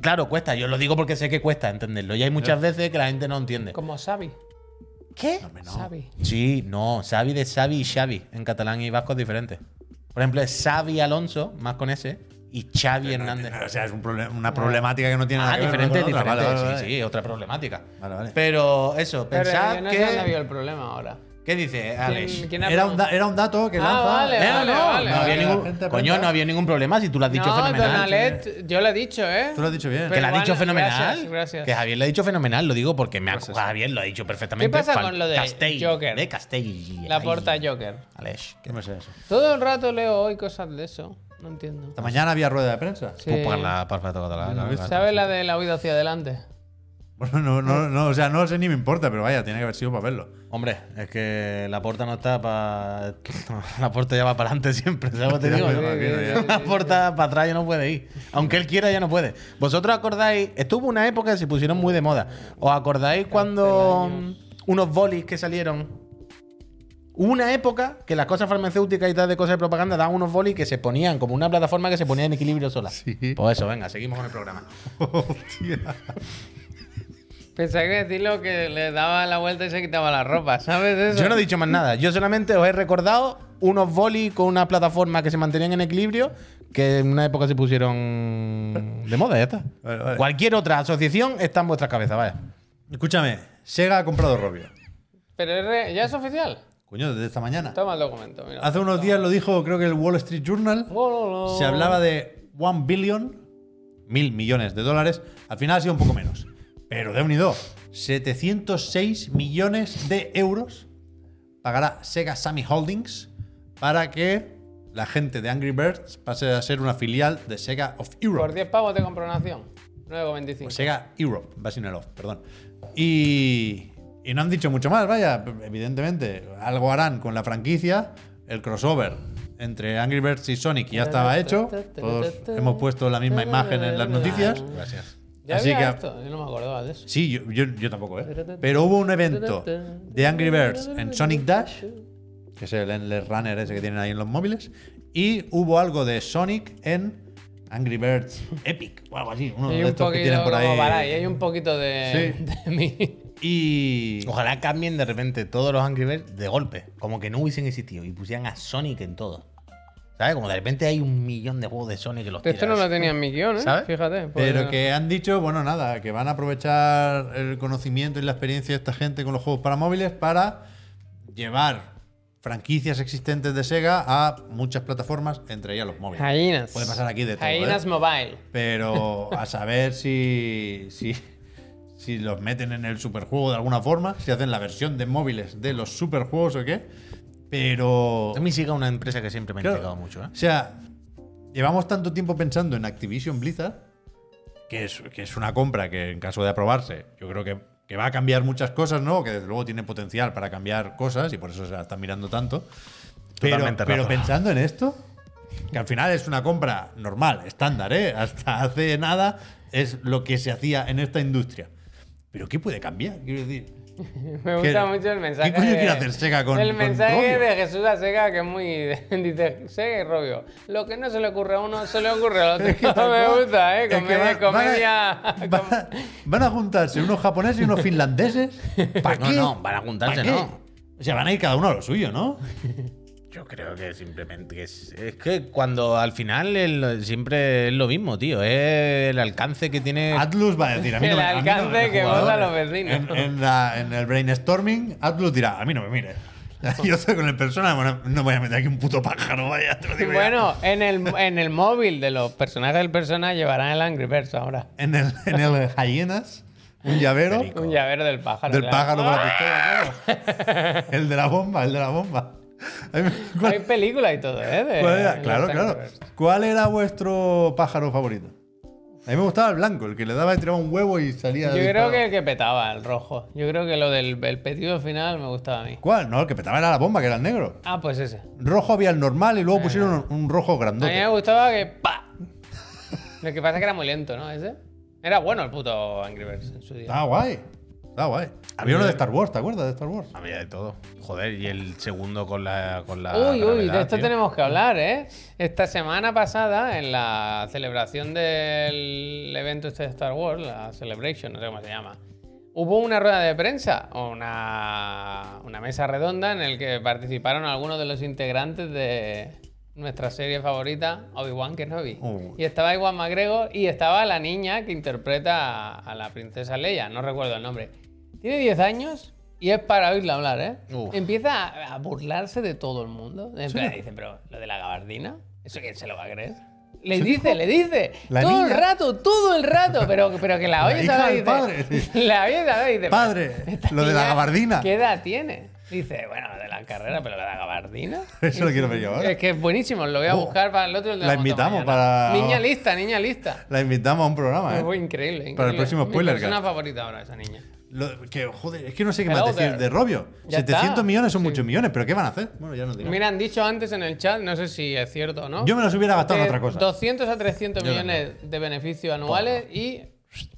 B: Claro, cuesta. Yo lo digo porque sé que cuesta entenderlo. Y hay muchas veces que la gente no entiende.
C: Como Xavi.
B: ¿Qué?
A: Hombre, no.
C: Xavi.
B: Sí, no. Xavi de Xavi y Xavi. En catalán y vasco es diferente. Por ejemplo, es Xavi Alonso, más con S, y Xavi Hernández.
A: O sea, es un problema- una problemática que no tiene nada
B: Ah,
A: que ver.
B: diferente,
A: con otra.
B: diferente.
A: Vale, vale, vale.
B: Sí, sí, otra problemática.
A: Vale, vale.
B: Pero eso,
C: Pero
B: pensad
C: yo eh, no sé dónde ha habido
B: que...
C: el problema ahora.
B: ¿Qué dice Alex? Eh,
C: ¿Quién- quién ha
A: Era un,
C: preguntado?
A: da- era un dato que
C: Ah,
A: lanza.
C: vale,
B: No,
C: vale,
B: no,
C: vale,
B: no había
A: vale.
B: ningún-
A: La gente
B: coño,
A: apunta.
B: no había ningún problema si tú lo has dicho
C: no, eh,
B: fenomenal.
C: Don Alet, yo lo he dicho, ¿eh?
A: Tú lo has dicho bien.
B: Que lo has
C: Pero
B: dicho
C: bueno,
B: fenomenal.
C: gracias, gracias.
B: Que Javier lo ha dicho fenomenal, lo digo porque me ha Javier lo ha dicho perfectamente.
C: ¿Qué pasa
B: Fal-
C: con lo de Joker?
B: De Castell.
C: La
B: Ay,
C: porta Joker.
B: Aleix, que
A: ¿Qué me sé eso?
C: Todo el rato leo hoy cosas de eso. No entiendo.
A: Esta mañana había rueda de prensa.
C: Sí.
B: puc parlar per la toca de la- la-
C: ¿Sabes la de la huida hacia adelante?
A: Bueno, no, no, no, o sea, no lo sé ni me importa, pero vaya, tiene que haber sido para verlo.
B: Hombre, es que la puerta no está para. La puerta ya va para adelante siempre, ¿sabes lo que te digo?
A: me imagino ya.
B: La puerta para atrás ya no puede ir. Aunque él quiera, ya no puede. ¿Vosotros acordáis? Estuvo una época que se pusieron muy de moda. ¿Os acordáis cuando unos bolis que salieron? Hubo una época que las cosas farmacéuticas y tal de cosas de propaganda daban unos bolis que se ponían como una plataforma que se ponía en equilibrio sola. Pues eso, venga, seguimos con el programa.
A: Hostia.
C: Pensaba que decirlo que le daba la vuelta y se quitaba la ropa, ¿sabes eso?
B: Yo no he dicho más nada. Yo solamente os he recordado unos bolis con una plataforma que se mantenían en equilibrio que en una época se pusieron de moda, ya está.
A: Vale, vale.
B: Cualquier otra asociación está en vuestras cabezas, vaya.
A: Escúchame, Sega ha comprado Robio.
C: Pero es re- ya es oficial.
A: Coño, desde esta mañana.
C: Toma el documento, mira.
A: Hace unos días lo dijo, creo que el Wall Street Journal.
C: Wow.
A: Se hablaba de 1 billion, mil millones de dólares. Al final ha sido un poco menos. Pero de unido, 706 millones de euros pagará Sega Sammy Holdings para que la gente de Angry Birds pase a ser una filial de Sega of
C: Por
A: Europe.
C: 10 pavos te compro una acción. 9,25.
A: O Sega Pues Europe, Vasinelov, perdón. Y, y no han dicho mucho más, vaya, evidentemente. Algo harán con la franquicia, el crossover entre Angry Birds y Sonic ya estaba hecho. Todos hemos puesto la misma imagen en las noticias.
B: Gracias.
C: ya
A: así
C: había
A: que-
C: esto, yo no me acordaba de eso.
A: Sí, yo, yo- yo tampoco, ¿eh? Pero hubo un evento de Angry Birds en Sonic Dash que es el Endless Runner ese que tienen ahí en los móviles. Y hubo algo de Sonic en Angry Birds Epic o algo así. Uno
C: Hay
A: de
C: un
A: estos que tienen
C: poquito
A: por
C: como ¿eh?
A: ahí.
C: Baray, hay un poquito de,
A: Sí.
C: de mí.
A: Y.
B: Ojalá cambien de repente todos los Angry Birds de golpe, como que no hubiesen existido y pusieran a Sonic en todo. ¿Sabes? Como de repente hay un millón de juegos de Sonic que los
C: Esto no
B: tiras.
C: lo tenía en mi guión, ¿eh?
B: ¿Sabes?
C: Fíjate. pues-
A: Pero que han dicho, bueno, nada, que van a aprovechar el conocimiento y la experiencia de esta gente con los juegos para móviles para llevar franquicias existentes de Sega a muchas plataformas, entre ellas los móviles.
C: Jainas.
A: Puede pasar aquí de todo,
C: Jainas
A: ¿eh?
C: Mobile.
A: Pero a saber si, si, si los meten en el superjuego de alguna forma, si hacen la versión de móviles de los superjuegos o qué. Pero.
B: A mí sí que es una empresa que siempre me ha
A: Claro.
B: intrigado mucho, ¿eh?
A: O sea, llevamos tanto tiempo pensando en Activision Blizzard, que es, que es una compra que en caso de aprobarse, yo creo que, que va a cambiar muchas cosas, ¿no? Que desde luego tiene potencial para cambiar cosas y por eso se la están mirando tanto. Pero,
B: Totalmente
A: pero
B: razonable.
A: pensando en esto, que al final es una compra normal, estándar, ¿eh? Hasta hace nada es lo que se hacía en esta industria. Pero ¿qué puede cambiar? Quiero decir,
C: Me gusta
A: ¿Qué-
C: mucho el
A: qué
C: mensaje.
A: coño
C: de-
A: quiere hacer Sega con-
C: El
A: con
C: mensaje
A: Robio?
C: de Jesús a Sega que es muy. dice Sega y Robio. Lo que no se le ocurre a uno, se le ocurre al otro.
A: Es que tal
C: me
A: cual.
C: gusta, ¿eh?
A: Es que van-
C: Comedia.
A: van a-
C: comedia-
A: Van, van a juntarse unos japoneses y unos finlandeses. ¿Para
B: No,
A: qué?
B: no, van a juntarse,
A: ¿Pa' qué?
B: no.
A: O sea, van a ir cada uno a lo suyo, ¿no?
B: Yo creo que simplemente es, es que cuando al final el- siempre es lo mismo, tío. Es el alcance que tiene.
A: Atlus va a decir, a mí no
C: El
A: me a mí no me
C: alcance
A: mire,
C: que
A: jugadores.
C: bota a los vecinos.
A: En, en la- en el brainstorming, Atlus dirá, a mí no me mire. Yo estoy con el persona, bueno, no voy a meter aquí un puto pájaro, vaya, te lo digo ya.
C: Bueno, en el, en el móvil de los personajes del persona llevarán el Angry Birds ahora.
A: En el, en el Hyenas, un llavero
C: Un llavero del pájaro.
A: del
C: claro. ¡Ah!
A: pájaro con la pistola, claro. El de la bomba, el de la bomba. A mí me acuerdo-
C: Hay película y todo, ¿eh? De-
A: ¿Cuál
C: de
A: era?
C: los
A: Claro,
C: Angry
A: claro.
C: Birds.
A: ¿Cuál era vuestro pájaro favorito? A mí me gustaba el blanco, el que le daba y tiraba un huevo y salía.
C: Yo creo
A: disparado.
C: que el que petaba, el rojo. Yo creo que lo del el petido final me gustaba a mí.
A: ¿Cuál? No, el que petaba era la bomba, que era el negro.
C: Ah, pues ese.
A: Rojo había el normal y luego pusieron un, un rojo
C: Eh. A mí me
A: grandote.
C: gustaba que ¡pa! Lo que pasa es que era muy lento, ¿no? Ese. Era bueno el puto Angry Birds en su día.
A: Estaba guay. Estaba guay. Había uno de Star Wars, ¿te acuerdas de Star Wars?
B: Había de todo. Joder, y el segundo con la. Con la
C: Uy, uy,
B: gravedad,
C: de esto
B: Ah, tío.
C: tenemos que hablar, ¿eh? Esta semana pasada, en la celebración del evento este de Star Wars, la Celebration, no sé cómo se llama, hubo una rueda de prensa, o una, una mesa redonda en el que participaron algunos de los integrantes de nuestra serie favorita, Obi-Wan Kenobi.
A: Uy.
C: Y estaba Iwan McGregor y estaba la niña que interpreta a, a la princesa Leia, no recuerdo el nombre. Tiene 10 años y es para oírla hablar, ¿eh?
B: Uf.
C: Empieza a, a burlarse de todo el mundo. En plan, dice, pero lo de la gabardina, ¿eso quién se lo va a creer? Le dice, le dice,
A: La
C: todo
A: niña.
C: el rato, todo el rato, pero, pero que la
A: La
C: oyes
A: hija
C: hablar y
A: del padre,
C: dice, la oyes hablar y dice,
A: Padre,
C: pero esta
A: lo de la
C: niña,
A: gabardina.
C: ¿Qué edad tiene? Dice, bueno, lo de la carrera, pero lo de la gabardina.
A: Eso lo quiero ver yo ahora.
C: Es que es buenísimo, lo voy a
A: Oh.
C: buscar para el otro. el de
A: La
C: moto
A: invitamos
C: mañana.
A: para-
C: Niña lista, niña lista.
A: La invitamos a un programa,
C: Fue
A: ¿eh?
C: increíble, increíble.
A: Para el próximo spoiler,
C: Mi persona
A: claro.
C: favorita ahora, esa niña.
A: Lo- que, joder, es que no sé qué
C: Hello
A: más decir
C: there.
A: de Robio.
C: Ya
A: 700
C: está.
A: millones son muchos millones, pero ¿qué van a hacer? Bueno, ya nos dirán.
C: Mira, han dicho antes en el chat, no sé si es cierto o no.
A: Yo me los hubiera gastado en
C: que
A: otra cosa.
C: 200 a 300 millones de beneficios anuales y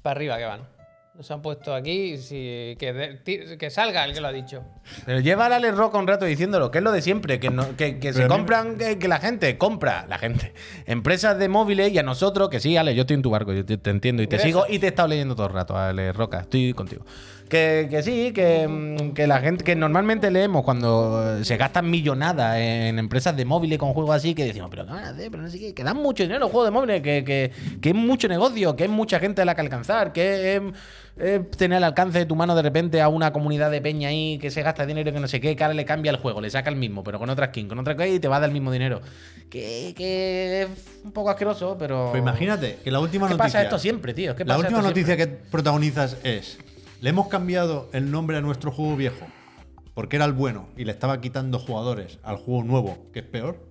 C: para arriba que van. Nos han puesto aquí si, que, de- ti- que salga el que lo ha dicho.
B: Pero lleva a Alex Roca un rato diciéndolo, que es lo de siempre, que, no- que, que
A: a
B: se
A: mí me-
B: compran, que, que la gente compra, la gente, empresas de móviles y a nosotros, que sí, Ale, yo estoy en tu barco, yo te, te entiendo y te
C: Gracias.
B: sigo y te he estado leyendo todo el rato, Ale Roca, estoy contigo. Que, que sí, que, mm, que la gente, que normalmente leemos cuando eh, se gastan millonadas en empresas de móviles con juegos así, que decimos, pero ¿qué van a hacer? Pero no sé qué, que dan mucho dinero los juegos de móviles, que, que, que es mucho negocio, que es mucha gente a la que alcanzar, que es, es tener al alcance de tu mano de repente a una comunidad de peña ahí que se gasta dinero que no sé qué, que ahora le cambia el juego, le saca el mismo, pero con otra skin, con otra cosa y te va a dar el mismo dinero. Que, que es un poco asqueroso, pero.
A: Pues imagínate que la última
B: ¿Qué
A: noticia.
B: pasa esto siempre, tío? ¿Qué
A: La
B: pasa
A: última
B: esto siempre?
A: noticia que protagonizas es: le hemos cambiado el nombre a nuestro juego viejo porque era el bueno y le estaba quitando jugadores al juego nuevo, que es peor.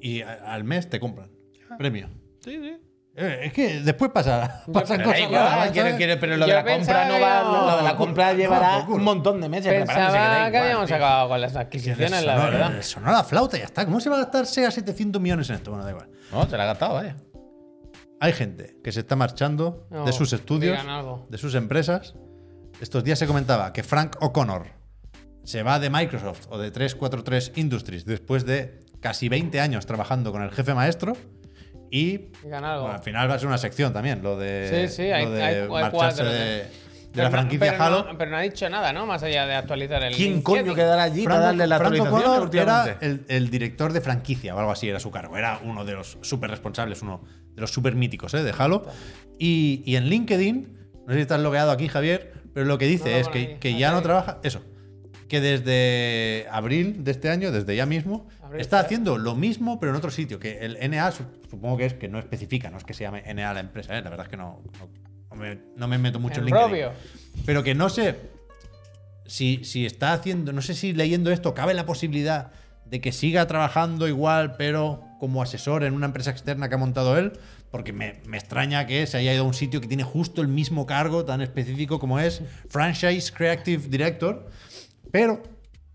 A: Y a- al mes te compran premio.
B: Ah. Sí, sí.
A: Eh, es que después pasa, pasan
B: Pero, da
A: cosas.
B: igual,
A: raras,
B: quiero-
A: ¿sabes?
B: quiero- ¿eh? pero lo
C: Yo
B: de la compra
C: pensaba
B: no
C: que
B: va.
C: no.
B: Lo de la compra llevará
A: Tampoco.
B: un montón de meses preparándose, da
C: Pensaba que
B: igual,
C: habíamos
B: tío.
C: acabado con las
A: Que le
C: adquisiciones, la
A: sonó-
C: verdad.
A: le Sonó la flauta y ya está. ¿Cómo se va a gastar SEA 700 millones en esto? Bueno, da igual.
B: No, se la ha gastado, ¿eh? vaya.
A: Hay gente que se está marchando
C: No,
A: de sus estudios,
C: digan algo.
A: de sus empresas. Estos días se comentaba que Frank O'Connor se va de Microsoft o de 343 Industries después de casi 20 años trabajando con el jefe maestro y
C: Y gana algo.
A: bueno, al final va a ser una sección también, lo de,
C: Sí, sí,
A: lo
C: hay-
A: de
C: hay- hay
A: marcharse
C: cuatro,
A: de,
C: sí.
A: de
C: Pero
A: la
C: no-
A: franquicia
C: pero
A: Halo.
C: No, pero no ha dicho nada, ¿no? Más allá de actualizar el.
B: ¿Quién
C: link
B: coño
C: setting.
B: quedará allí para darle la
A: Franco
B: actualización
A: Connor
B: últimamente?
A: era el, el director de franquicia o algo así, era su cargo. Era uno de los súper responsables, uno de los súper míticos ¿eh? de Halo. Y, y en LinkedIn, no sé si estás logueado aquí, Javier, pero lo que dice
C: No, no,
A: es
C: por
A: que,
C: ahí,
A: que
C: ahí,
A: ya no
C: ahí.
A: trabaja. Eso. Que desde abril de este año, desde ya mismo,
C: Abril,
A: está
C: claro.
A: haciendo lo mismo, pero en otro sitio. Que el NA, su- supongo que es que no especifica, no es que se llame NA la empresa, ¿eh? la verdad es que no, no- no me, no me meto mucho en
C: El
A: LinkedIn.
C: propio.
A: Pero que no sé si, si está haciendo, no sé si leyendo esto cabe la posibilidad de que siga trabajando igual, pero como asesor en una empresa externa que ha montado él, porque me, me extraña que se haya ido a un sitio que tiene justo el mismo cargo tan específico como es Franchise Creative Director, pero,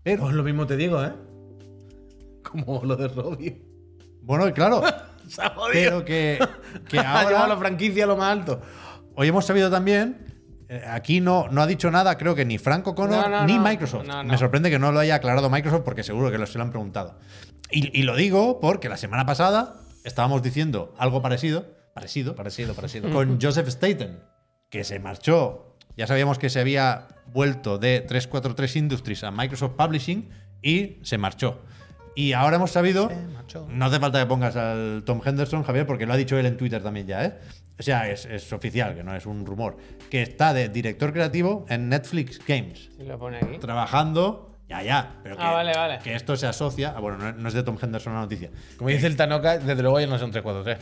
A: pero,
B: Pues lo mismo te digo, ¿eh? Como lo de Robbie.
A: bueno, y claro,
B: Se ha jodido.
A: pero que, que
B: Ha llevado
A: ahora...
B: la franquicia a lo más alto.
A: Hoy hemos sabido también, eh, aquí no, no ha dicho nada, creo que ni Franco Connor
C: No, no,
A: ni
C: no.
A: Microsoft.
C: No, no.
A: Me sorprende que no lo haya aclarado Microsoft porque seguro que lo- se lo han preguntado. Y, y lo digo porque la semana pasada estábamos diciendo algo parecido, parecido,
B: Parecido, parecido.
A: con Joseph Staten, que se marchó. Ya sabíamos que se había vuelto de 343 Industries a Microsoft Publishing y se marchó. Y ahora hemos sabido
B: macho.
A: no hace falta que pongas al Tom Henderson, Javier, porque lo ha dicho él en Twitter también ya, ¿eh? O sea, es, es oficial, que no es un rumor. Que está de director creativo en Netflix Games,
C: Si lo pone aquí.
A: trabajando. Ya, ya. Pero que,
C: Ah, vale, vale.
A: que esto se asocia. Ah, bueno, no, no es de Tom Henderson la noticia.
B: Como dice el Tanoka, desde luego ya no son 3-4-3.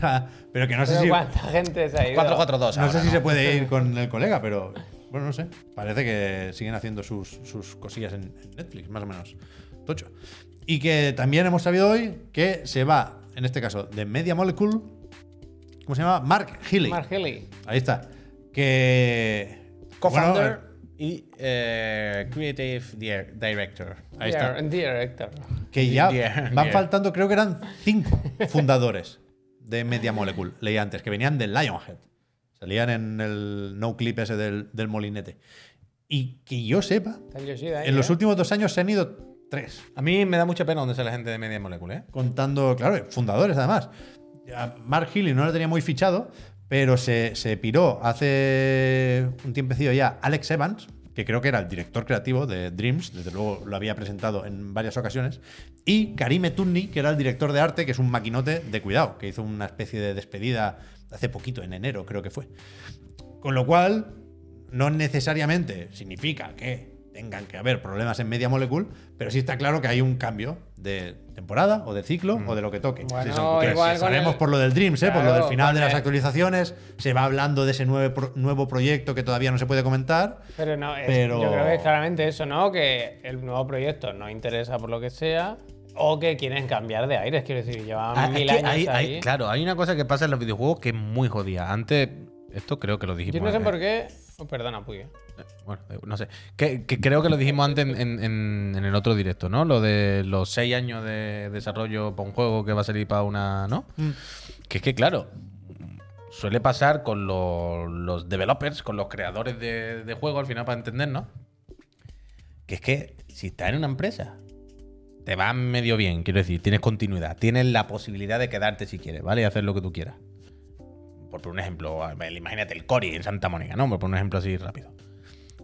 A: Ya, pero que no sé
C: Pero
A: si.
C: ¿Cuánta gente se ha ido?
B: 4-4-2.
A: No
B: ahora,
A: sé si se puede ir con el colega, pero. Bueno, no sé. Parece que siguen haciendo sus, sus cosillas en, en Netflix, más o menos. Tocho. Y que también hemos sabido hoy que se va, en este caso, de Media Molecule. ¿Cómo se llama? Mark Healy.
C: Mark Healy.
A: Ahí está. Que.
B: Co-founder
A: bueno,
B: y eh, Creative Dir- Director.
A: ahí está.
C: Dear- dear Héctor.
A: Que ya
B: Yeah,
A: van
B: yeah.
A: faltando, creo que eran cinco fundadores de Media Molecule, leí antes, que venían del Lionhead. Salían en el no clip ese del, del molinete. Y que yo sepa,
C: Está el Yoshida ahí,
A: en los
C: ¿eh?
A: últimos dos años se han ido tres,
B: A mí me da mucha pena donde sale la gente de Media Molecule, ¿eh?
A: contando, claro, fundadores además. A Mark Healy no lo tenía muy fichado, pero se, se piró hace un tiempecillo ya Alex Evans, que creo que era el director creativo de Dreams, desde luego lo había presentado en varias ocasiones, y Karim Etunni, que era el director de arte, que es un maquinote de cuidado, que hizo una especie de despedida hace poquito, en enero creo que fue. Con lo cual, no necesariamente significa que tengan que haber problemas en Media Molecule, pero sí está claro que hay un cambio de temporada o de ciclo o de lo que toque.
C: Bueno,
A: Sí, son- que
C: igual
A: sí,
C: con
A: sabemos
C: el-
A: por lo del Dreams, ¿eh? por lo del
C: Claro,
A: final
C: con
A: de las
C: el-
A: actualizaciones, se va hablando de ese nuevo, pro- nuevo proyecto que todavía no se puede comentar.
C: Pero no, es-
A: Pero-
C: yo creo que es claramente eso, ¿no? Que el nuevo proyecto no interesa por lo que sea o que quieren cambiar de aires. Quiero decir, llevan
B: Ah, es
C: mil
B: que
C: años
B: hay- hay-
C: ahí.
B: claro, hay una cosa que pasa en los videojuegos que es muy jodida. Antes, esto creo que lo dijimos.
C: yo no sé
B: eh,
C: por qué. oh, perdona, Puyo.
B: Bueno, da igual, no sé. Que, que creo que lo dijimos antes en, en- en- en el otro directo, ¿no? Lo de los seis años de desarrollo para un juego que va a salir para una. ¿No? Que es que, claro, suele pasar con los, los developers, con los creadores de, de juegos, al final, para entendernos. Que es que si estás en una empresa, te va medio bien, quiero decir, tienes continuidad, tienes la posibilidad de quedarte si quieres, ¿vale? Y hacer lo que tú quieras. Por poner un ejemplo, a ver, imagínate el Cori en Santa Mónica, ¿no? Por poner un ejemplo así rápido.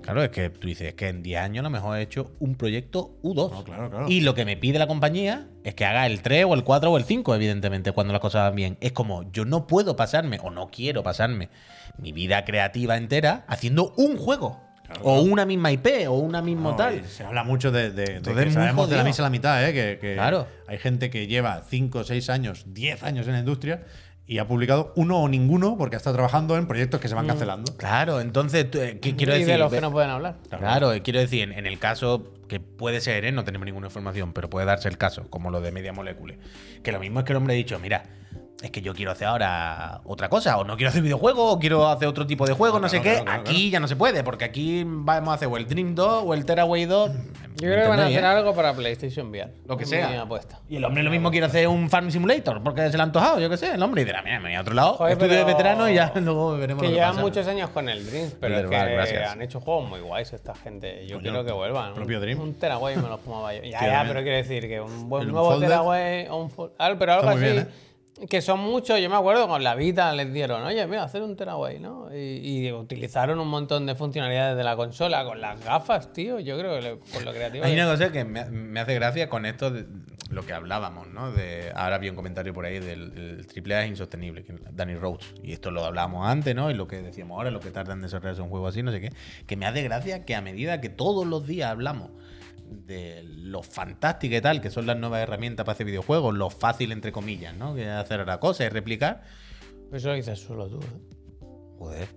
B: Claro, es que tú dices es que en 10 años a lo mejor he hecho un proyecto U2.
A: No, claro, claro.
B: Y lo que me pide la compañía es que haga el 3 o el 4 o el 5, evidentemente, cuando las cosas van bien. Es como, yo no puedo pasarme o no quiero pasarme mi vida creativa entera haciendo un juego. o una misma IP o una misma
A: No,
B: tal.
A: y Se habla mucho de, de- de
B: Entonces
A: que
B: es muy
A: sabemos de la
B: jodido.
A: misa a la mitad, ¿eh? que, que
B: Claro.
A: hay gente que lleva 5, 6 años, 10 años en la industria y ha publicado uno o ninguno porque ha estado trabajando en proyectos que se
B: Mm.
A: van cancelando.
B: Claro, entonces, tú, eh, ¿qué quiero
C: y
B: decir?
C: de los que
B: Ve-
C: no pueden hablar.
B: Claro, eh, quiero decir, en, en el caso que puede ser, ¿eh? no tenemos ninguna información, pero puede darse el caso, como lo de media molécula. Que lo mismo es que el hombre ha dicho, mira, es que yo quiero hacer ahora otra cosa, o no quiero hacer videojuego, o quiero hacer otro tipo de juego, no,
A: Claro,
B: sé
A: claro,
B: qué.
A: claro,
B: aquí ya no se puede, porque aquí vamos a hacer o el Dream 2 o el Tearaway 2.
C: Yo creo que van a
B: ¿entendéis,
C: hacer
B: eh?
C: algo para PlayStation VR.
B: Lo que
C: Mi
B: sea.
C: apuesta.
B: Y el hombre lo mismo quiere hacer un Farm Simulator, porque se le ha antojado, yo qué sé. El hombre dirá, mira, me voy a otro lado,
C: Joder,
B: estudio de
C: pero-
B: veterano y ya luego veremos
C: Que
B: lo que
C: llevan
B: pasa.
C: muchos años con el Dreams, pero es
B: Underbar,
C: que
B: gracias.
C: han hecho juegos muy guays esta gente. Yo
A: Coño,
C: quiero que vuelvan.
A: propio Dreams,
C: Un teraway me lo fumaba yo. Ya,
A: Tío,
C: ya,
A: también.
C: pero quiero decir que un buen
A: El
C: nuevo
A: Unfolded.
C: teraway o un fol- Ah, pero algo
A: Está
C: así.
A: muy bien,
C: Que son muchos, yo me acuerdo con la Vita les dieron, oye, mira, hacer un teraway, ¿no? Y, y utilizaron un montón de funcionalidades de la consola con las gafas, tío. Yo creo que le- por lo creativo.
B: Hay
C: que-
B: una cosa que me, me hace gracia con esto de lo que hablábamos, ¿no? De, ahora había un comentario por ahí del el triple A es insostenible, que Danny Rhodes. Y esto lo hablábamos antes, ¿no? Y lo que decíamos ahora, lo que tarda en desarrollarse un juego así, no sé qué. Que me hace gracia que a medida que todos los días hablamos de lo fantástico y tal, que son las nuevas herramientas para hacer videojuegos, lo fácil entre comillas, ¿no? Que es hacer ahora cosas y replicar.
C: Eso lo dices solo tú. ¿eh?
B: Joder.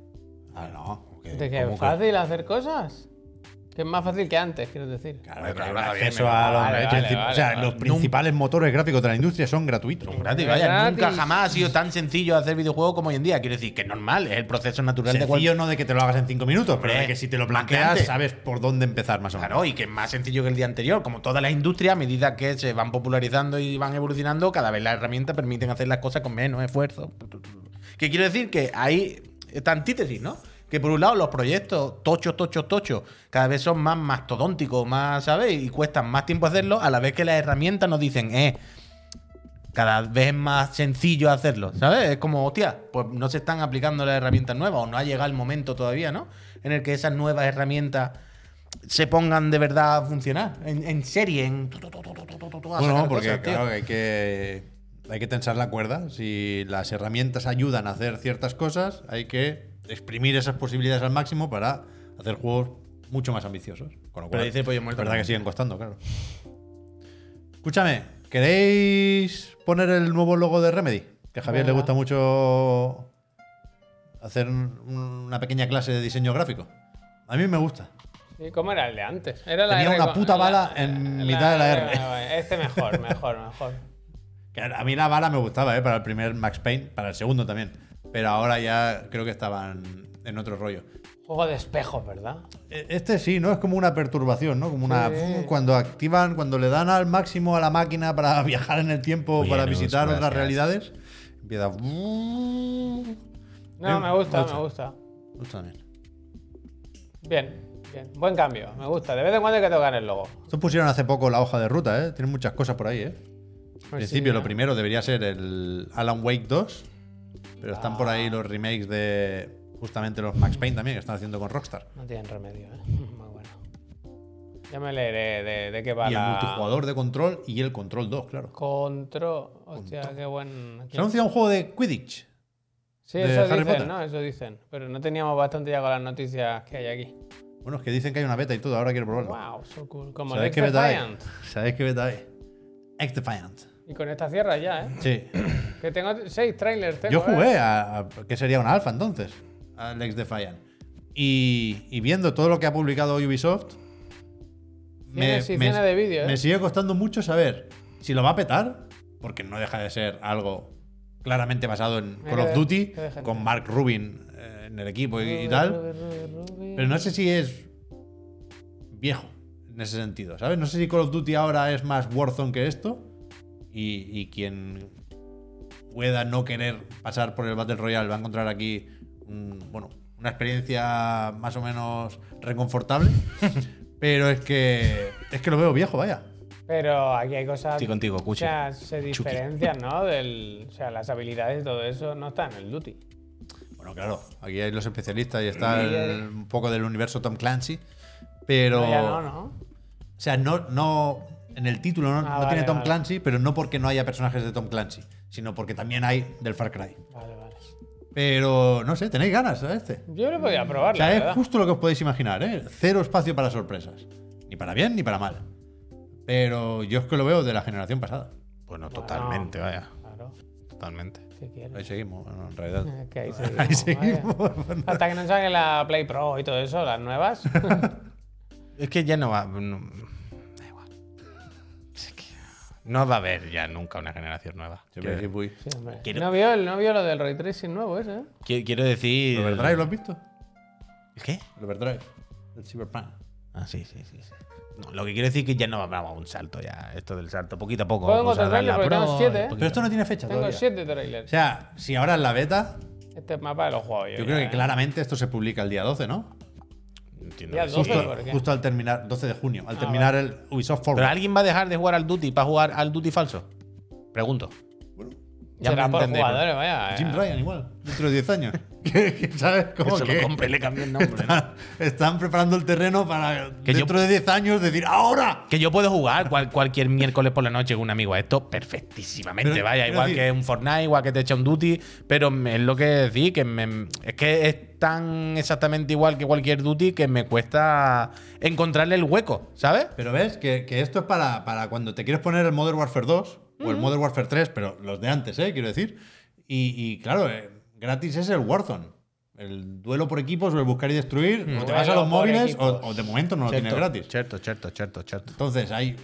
B: Ah, no. que-
C: De que
B: ¿cómo
C: es fácil hacer cosas. Que es más fácil que antes, quiero decir.
B: Claro,
A: Porque
B: claro,
A: habrá
B: Javier,
A: acceso
B: me-
A: a los
C: vale, vale,
A: princip-
C: vale,
A: o sea,
C: vale.
A: los principales motores gráficos de la industria son gratuitos.
B: Son gratis, vaya,
C: Gratis.
B: nunca jamás ha sido tan sencillo hacer videojuegos como hoy en día. Quiero decir que es normal, es el proceso natural de cualquier.
A: Sencillo no de que te lo hagas en cinco minutos, pero de
B: Hombre,
A: que si te lo
B: más que
A: planteas
B: antes.
A: sabes por dónde empezar más o menos.
B: Claro, y que es más sencillo que el día anterior. Como todas las industrias, a medida que se van popularizando y van evolucionando, cada vez las herramientas permiten hacer las cosas con menos esfuerzo. Que quiero decir que hay esta antítesis, ¿no? Que por un lado los proyectos tochos, tochos, tochos, cada vez son más mastodónticos, más, ¿sabes? Y cuestan más tiempo hacerlo, a la vez que las herramientas nos dicen, eh, cada vez es más sencillo hacerlo, ¿sabes? Es como, hostia, pues no se están aplicando las herramientas nuevas o no ha llegado el momento todavía, ¿no? En el que esas nuevas herramientas se pongan de verdad a funcionar, en, en serie, en... tu, tu, tu, tu, tu, tu, tu, tu, a
A: Bueno,
B: sacar
A: porque
B: cosas, tío.
A: claro, que hay que hay que tensar la cuerda. Si las herramientas ayudan a hacer ciertas cosas, hay que exprimir esas posibilidades al máximo para hacer juegos mucho más ambiciosos. Con lo
B: Pero
A: cual,
B: dice Pollo Muerto
A: es verdad
B: no.
A: que siguen costando, claro. Escúchame, ¿queréis poner el nuevo logo de Remedy? Que a Javier le
C: Venga.
A: gusta mucho hacer un- una pequeña clase de diseño gráfico. A mí me gusta.
C: ¿Y cómo era el de antes? Era la
A: Tenía
C: R
A: una
C: con-
A: puta
C: la-
A: bala en mitad de la R.
C: vale, Este mejor, mejor, mejor.
A: Que a mí la bala me gustaba, ¿eh? Para el primer Max Payne, para el segundo también. Pero ahora ya creo que estaban en otro rollo.
C: Juego de espejos, ¿verdad?
A: E- Este sí, ¿no? Es como una perturbación, ¿no? Como una.
C: Sí.
A: Cuando activan, cuando le dan al máximo a la máquina para viajar en el tiempo,
B: Muy
A: para
B: bien,
A: visitar
B: Gus,
A: otras
B: gracias.
A: realidades, empieza.
C: No,
A: Sí,
C: me gusta,
A: me gusta.
C: me gusta.
A: Gusta también.
C: Bien, bien. Buen cambio, me gusta. De vez en cuando hay que tocar el logo.
A: Estos pusieron hace poco la hoja de ruta, ¿eh? Tienen muchas cosas por ahí, ¿eh? En
C: Pues
A: principio,
C: sí,
A: lo
C: ¿no?
A: primero debería ser el Alan Wake 2, pero están por
C: Ah.
A: ahí los remakes de justamente los Max Payne también que están haciendo con Rockstar.
C: No tienen remedio, ¿eh? Muy bueno. Ya me leeré de, de qué va
A: Y el
C: la-
A: multijugador de control y el control 2, claro.
C: Control. Hostia, qué buen.
A: Se anuncia un juego de Quidditch.
C: Sí,
A: de
C: eso
A: Harry
C: dicen,
A: Potter.
C: ¿no? Eso dicen. Pero no teníamos bastante ya con las noticias que hay aquí.
A: Bueno, es que dicen que hay una beta y todo, ahora quiero probarlo.
C: Wow, so cool. Como
A: ¿Sabéis
C: Lex
A: qué beta hay?
C: Defiant.
A: ¿Sabéis qué beta hay? X Defiant.
C: Y con esta cierra ya, ¿eh?
A: Sí.
C: Que tengo seis trailers. Tengo,
A: Yo
C: ¿eh?
A: jugué a, a- ¿Qué sería una alfa entonces? Al X Defiant. Y, y viendo todo lo que ha publicado Ubisoft,
C: Cienes y cienes de vídeo, ¿eh?
A: me sigue costando mucho saber si lo va a petar, porque no deja de ser algo claramente basado en
C: Me
A: Call of
C: quedé-
A: Duty,
C: quedé gente.
A: con Mark Rubin eh, en el equipo y, y
C: Ruby,
A: tal.
C: Ruby, Ruby, Ruby.
A: Pero no sé si es viejo en ese sentido, ¿sabes? No sé si Call of Duty ahora es más Warzone que esto. Y, y quien pueda no querer pasar por el Battle Royale va a encontrar aquí un- bueno, una experiencia más o menos reconfortable. Pero es que es que lo veo viejo, vaya.
C: Pero aquí hay cosas.
B: Estoy contigo,
C: O
B: Cuchi.
C: sea, se
B: Chucky.
C: diferencian, ¿no? Del, o sea, las habilidades y todo eso no están en el duty.
A: Bueno, claro, aquí hay los especialistas y está el- un poco del universo Tom Clancy. Pero
C: No, ya no, ¿no?
A: O sea, no, no en el título no,
C: Ah,
A: no
C: vale,
A: tiene Tom
C: vale.
A: Clancy, pero no porque no haya personajes de Tom Clancy, sino porque también hay del Far Cry.
C: Vale, vale.
A: Pero no sé, tenéis ganas a este.
C: Yo lo podía probar,
A: O
C: la
A: sea, es
C: verdad.
A: justo lo que os podéis imaginar, ¿eh? Cero espacio para sorpresas. Ni para bien ni para mal. Pero yo es que lo veo de la generación pasada.
B: Bueno, totalmente, vaya.
C: Claro,
B: Totalmente.
C: si quieres.
A: Ahí seguimos, bueno, en realidad.
C: Es Eh, que ahí seguimos,
A: Ahí seguimos.
C: vaya. Hasta que no salga la Play Pro y todo eso, las nuevas.
B: Es que ya no va. No, da igual. Es que no va a haber ya nunca una generación nueva.
A: Siempre
B: Quiero,
A: decís, uy.
C: Sí, hombre.
B: Quiero-
C: No, vio, el- no vio lo del Ray Tracing nuevo ese, ¿eh?
B: qui- quiero decir.
A: ¿El Overdrive lo has visto?
B: ¿Qué?
A: El Overdrive. El Cyberpunk.
B: Ah, sí, sí, sí. sí. No, lo que quiero decir es que ya no vamos a un salto ya. Esto del salto, poquito a poco.
C: Puedo
B: vamos a dar
C: encontrar
B: la
C: porque tengo
B: pro,
C: siete,
B: y
C: ¿eh?
B: poquito.
A: Pero esto no tiene fecha
C: Tengo
A: todavía.
C: siete
A: O
C: trailers.
A: sea, si ahora es la beta,
C: Este mapa lo he jugado yo.
A: yo creo
C: ya,
A: que
C: ¿eh?
A: claramente esto se publica el día 12, ¿no?
D: entiendo.
C: Día
D: que sí.
C: 12,
A: Justo,
C: ¿por qué?
A: justo al terminar, 12 de junio, al terminar el Ubisoft
B: Ah, ¿Pero
A: Forward.
B: alguien va a dejar de jugar al Duty para jugar al Duty falso? Pregunto. Ya
C: Será
B: me
C: por
B: entendéis,
C: jugadores, vaya.
A: Jim Ryan igual, dentro de 10 años. ¿Qué- qué- ¿Sabes cómo
B: Eso
A: que
B: lo compré, le cambié el nombre. ¿no?
A: están, están preparando el terreno para
B: Que yo-
A: dentro de 10 años decir ¡Ahora!
B: Que yo puedo jugar cual- cualquier miércoles por la noche con un amigo a esto perfectísimamente,
A: Pero,
B: vaya.
A: quiero
B: Igual
A: decir-
B: que un Fortnite, igual que te echa un Duty, pero me- es lo que decí, que me- es que es tan exactamente igual que cualquier Duty que me cuesta encontrarle el hueco, ¿sabes?
A: Pero ves que, que esto es para, para cuando te quieres poner el Modern Warfare 2 o el Modern Warfare 3, pero los de antes, ¿eh? Quiero decir. Y, y claro, eh, gratis es el Warzone. El duelo por equipos o el buscar y destruir.
B: Hmm.
A: O te vas a
C: Duelo
A: los
C: por
A: móviles o,
C: equipos.
A: o de momento no lo tienes gratis.
B: Cierto, cierto, cierto, cierto.
A: Entonces hay,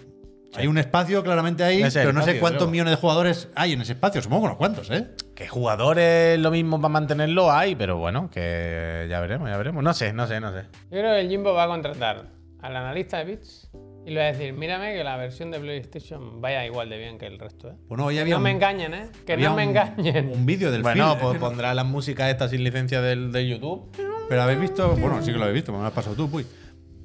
A: hay un espacio claramente ahí,
B: Ese
A: pero no sé
B: espacio,
A: cuántos
B: creo.
A: millones de jugadores hay en ese espacio. Supongo que unos cuantos, ¿eh?
B: Que jugadores lo mismo para mantenerlo hay, pero bueno, que ya veremos, ya veremos. No sé, no sé, no sé.
C: Yo creo que el Jimbo va a contratar al analista de bits y le va a decir, mírame que la versión de PlayStation vaya igual de bien que el resto, ¿eh?
A: Bueno, hoy Pues
C: Que
A: había
C: no
A: un-
C: me engañen, ¿eh? Que
A: había
C: no me
A: un-
C: engañen.
A: Un vídeo del
B: Bueno,
A: feed, ¿eh?
B: pues pondrá las músicas estas sin licencia del, de YouTube.
A: Pero habéis visto, bueno, sí que lo habéis visto, me lo has pasado tú, Puy.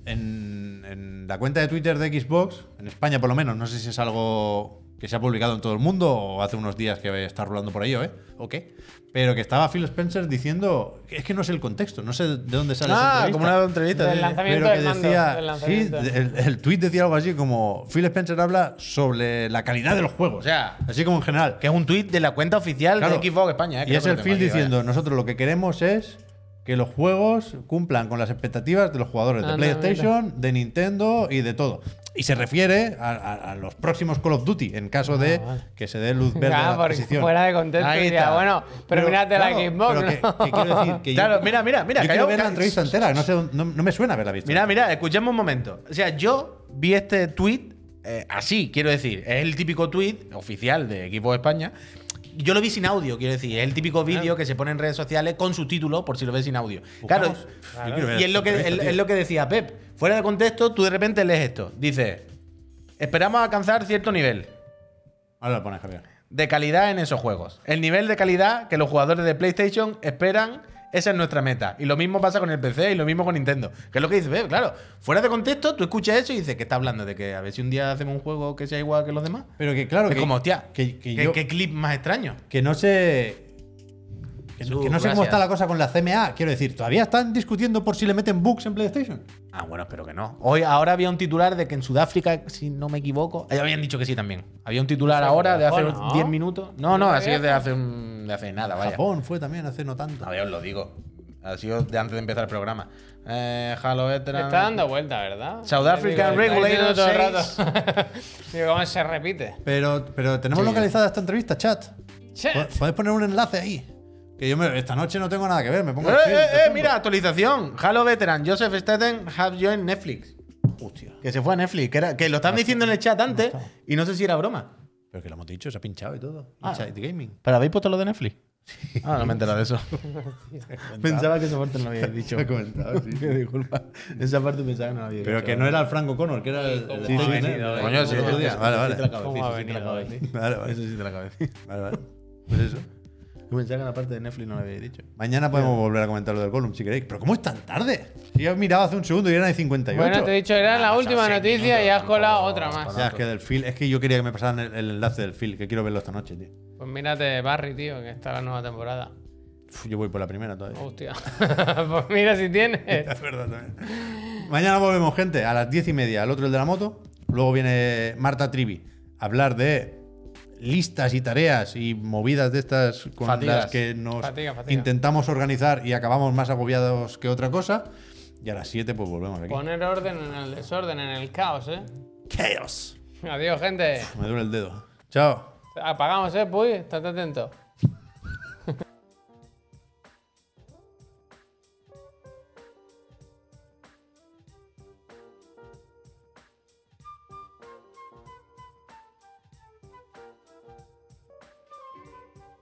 A: En, en la cuenta de Twitter de Xbox, en España por lo menos, no sé si es algo que se ha publicado en todo el mundo o hace unos días que está rulando por ello, ¿eh? ¿O qué? Pero que estaba Phil Spencer diciendo, es que no sé el contexto, no sé de dónde sale esa
B: Ah,
A: entrevista.
B: como una entrevista.
C: Del
B: sí.
C: lanzamiento.
A: Pero que
C: del mando,
A: decía,
C: del
A: sí,
C: lanzamiento.
A: el, el tweet decía algo así como Phil Spencer habla sobre la calidad de los juegos,
B: O sea,
A: así como en general.
B: Que es un tuit de la cuenta oficial
A: Claro.
B: de Xbox España. eh,
A: Y
B: creo
A: es
B: que
A: el
B: lo
A: Phil
B: tengo aquí,
A: diciendo, nosotros lo que queremos es que los juegos cumplan con las expectativas de los jugadores de
C: Anda,
A: PlayStation, de Nintendo y de todo. Y se refiere a, a- a los próximos Call of Duty, en caso de
C: Ah, vale.
A: que se dé luz verde
C: Ah,
A: a la
C: porque
A: adquisición.
C: fuera de contexto
B: Ahí
C: diría,
B: está.
C: bueno, pero, mírate
A: claro,
C: la Xbox,
A: pero
C: ¿no?
A: que- que quiero decir que yo-
B: Claro, mira, mira, mira,
A: Yo
B: que
A: quiero
B: hay-
A: ver la
B: que-
A: entrevista entera, no, sé, dónde- no, no me suena haberla
B: vaya.
A: visto.
B: Mira, mira, escuchemos un momento. O sea, yo vi este tuit eh, así, quiero decir. Es el típico tuit oficial de Equipo España. Yo lo vi sin audio, quiero decir. Es el típico vídeo que se pone en redes sociales con subtítulos por si lo ves sin audio. Claro,
A: Buscamos. Yo quiero ver
B: y es lo, que,
A: esta
B: es-
A: entrevista,
B: es lo que decía Pep. Fuera de contexto, tú de repente lees esto. Dice, esperamos alcanzar cierto nivel.
A: Ahora lo pones, Javier.
B: de calidad en esos juegos. El nivel de calidad que los jugadores de PlayStation esperan, esa es nuestra meta. Y lo mismo pasa con el PC y lo mismo con Nintendo. Que es lo que dice, Beb, claro. Fuera de contexto, tú escuchas eso y dices que está hablando de que a ver si un día hacemos un juego que sea igual que los demás.
A: Pero que claro,
B: es
A: que,
B: como, hostia,
A: que, que
B: ¿qué-
A: yo-
B: ¿qué clip más extraño?
A: que no sé. Que,
B: Su-
A: que no sé cómo
B: Uh, gracias.
A: está la cosa con la CMA. Quiero decir, todavía están discutiendo por si le meten bugs en PlayStation.
B: Ah, bueno, espero que no. Hoy, ahora había un titular de que en Sudáfrica, si no me equivoco, eh, habían dicho que sí también. Había un titular ahora de hace
C: Japón, ¿no?
B: 10 minutos. No, no,
C: ¿No
B: así
C: había?
B: es de hace, un- de hace nada, vaya.
A: Japón fue también hace no tanto.
B: A ver, os lo digo. Ha sido de antes de empezar el programa. Eh, Halo Veteran. Eh,
C: Está dando vuelta, ¿verdad?
B: South
C: Te
B: African
C: digo, está
B: Regulator
C: diciendo todo el rato. digo, ¿cómo se repite?
A: Pero, pero tenemos
B: Sí.
A: localizada esta entrevista, chat.
C: Che,
A: Po- Podéis poner un enlace ahí. Que yo me- esta noche no tengo nada que ver, me pongo.
B: ¡Eh,
A: el chill,
B: eh,
A: te
B: eh!
A: pongo.
B: Mira, actualización. Halo Veteran, Joseph Staten have joined Netflix.
A: Hostia.
B: Que se fue a Netflix. Que, era- que lo
C: Ah,
B: están diciendo en el chat antes y no sé si era broma.
A: Pero que lo hemos dicho, se ha pinchado y todo.
B: Ah.
A: Inside Gaming.
B: ¿Pero habéis puesto lo de Netflix? Ah, no me he enterado de eso. pensaba que esa parte no lo había dicho. Disculpa. Esa parte pensaba que no lo había
A: Pero
B: dicho.
A: que no era el Franco Connor, que era el. el-
C: ¿Cómo
A: el-
C: ha
A: el-
C: venido
A: el-
C: hoy?
A: Coño, sí,
B: Eso
A: otro
B: sí
A: día.
B: te
A: Vale,
B: la
A: vale.
B: acabo de
C: ¿Cómo
B: decir,
C: ha
B: eso sí te la
C: venido
B: acabo de decir.
C: hoy?
A: Vale, vale.
B: Eso sí te la acabo de decir.
A: Vale, vale. Pues eso.
B: Yo Pensaba que la parte de Netflix no la había dicho.
A: Mañana podemos volver a comentar lo del Gollum si queréis. Pero ¿cómo es tan tarde? Si yo miraba hace un segundo y Ah, eran de 58.
C: bueno, te he dicho, era la
B: pasado
C: última
B: seis
C: noticia
B: minutos,
C: y has colado
B: tampoco-
C: otra más.
A: O sea, es que del Phil, es que yo quería que me pasaran el, el enlace del Phil, que quiero verlo esta noche, tío.
C: Pues mírate Barry, tío, que está la nueva temporada.
A: Uf, yo voy por la primera todavía.
C: Hostia. pues mira si tienes.
A: Es verdad también. Mañana volvemos, gente, a las diez y media, al otro el de la moto. Luego viene Marta Trivi a hablar de listas y tareas y movidas de estas con
B: Fatigas.
A: las que nos
C: Fatiga, fatiga.
A: intentamos organizar y acabamos más agobiados que otra cosa. Y a las 7 pues volvemos aquí.
C: Poner orden en el desorden, en el caos, ¿eh?
A: Chaos.
C: Adiós, gente.
A: Me duele el dedo. Chao.
C: Apagamos, ¿eh, Puy? Estate atento.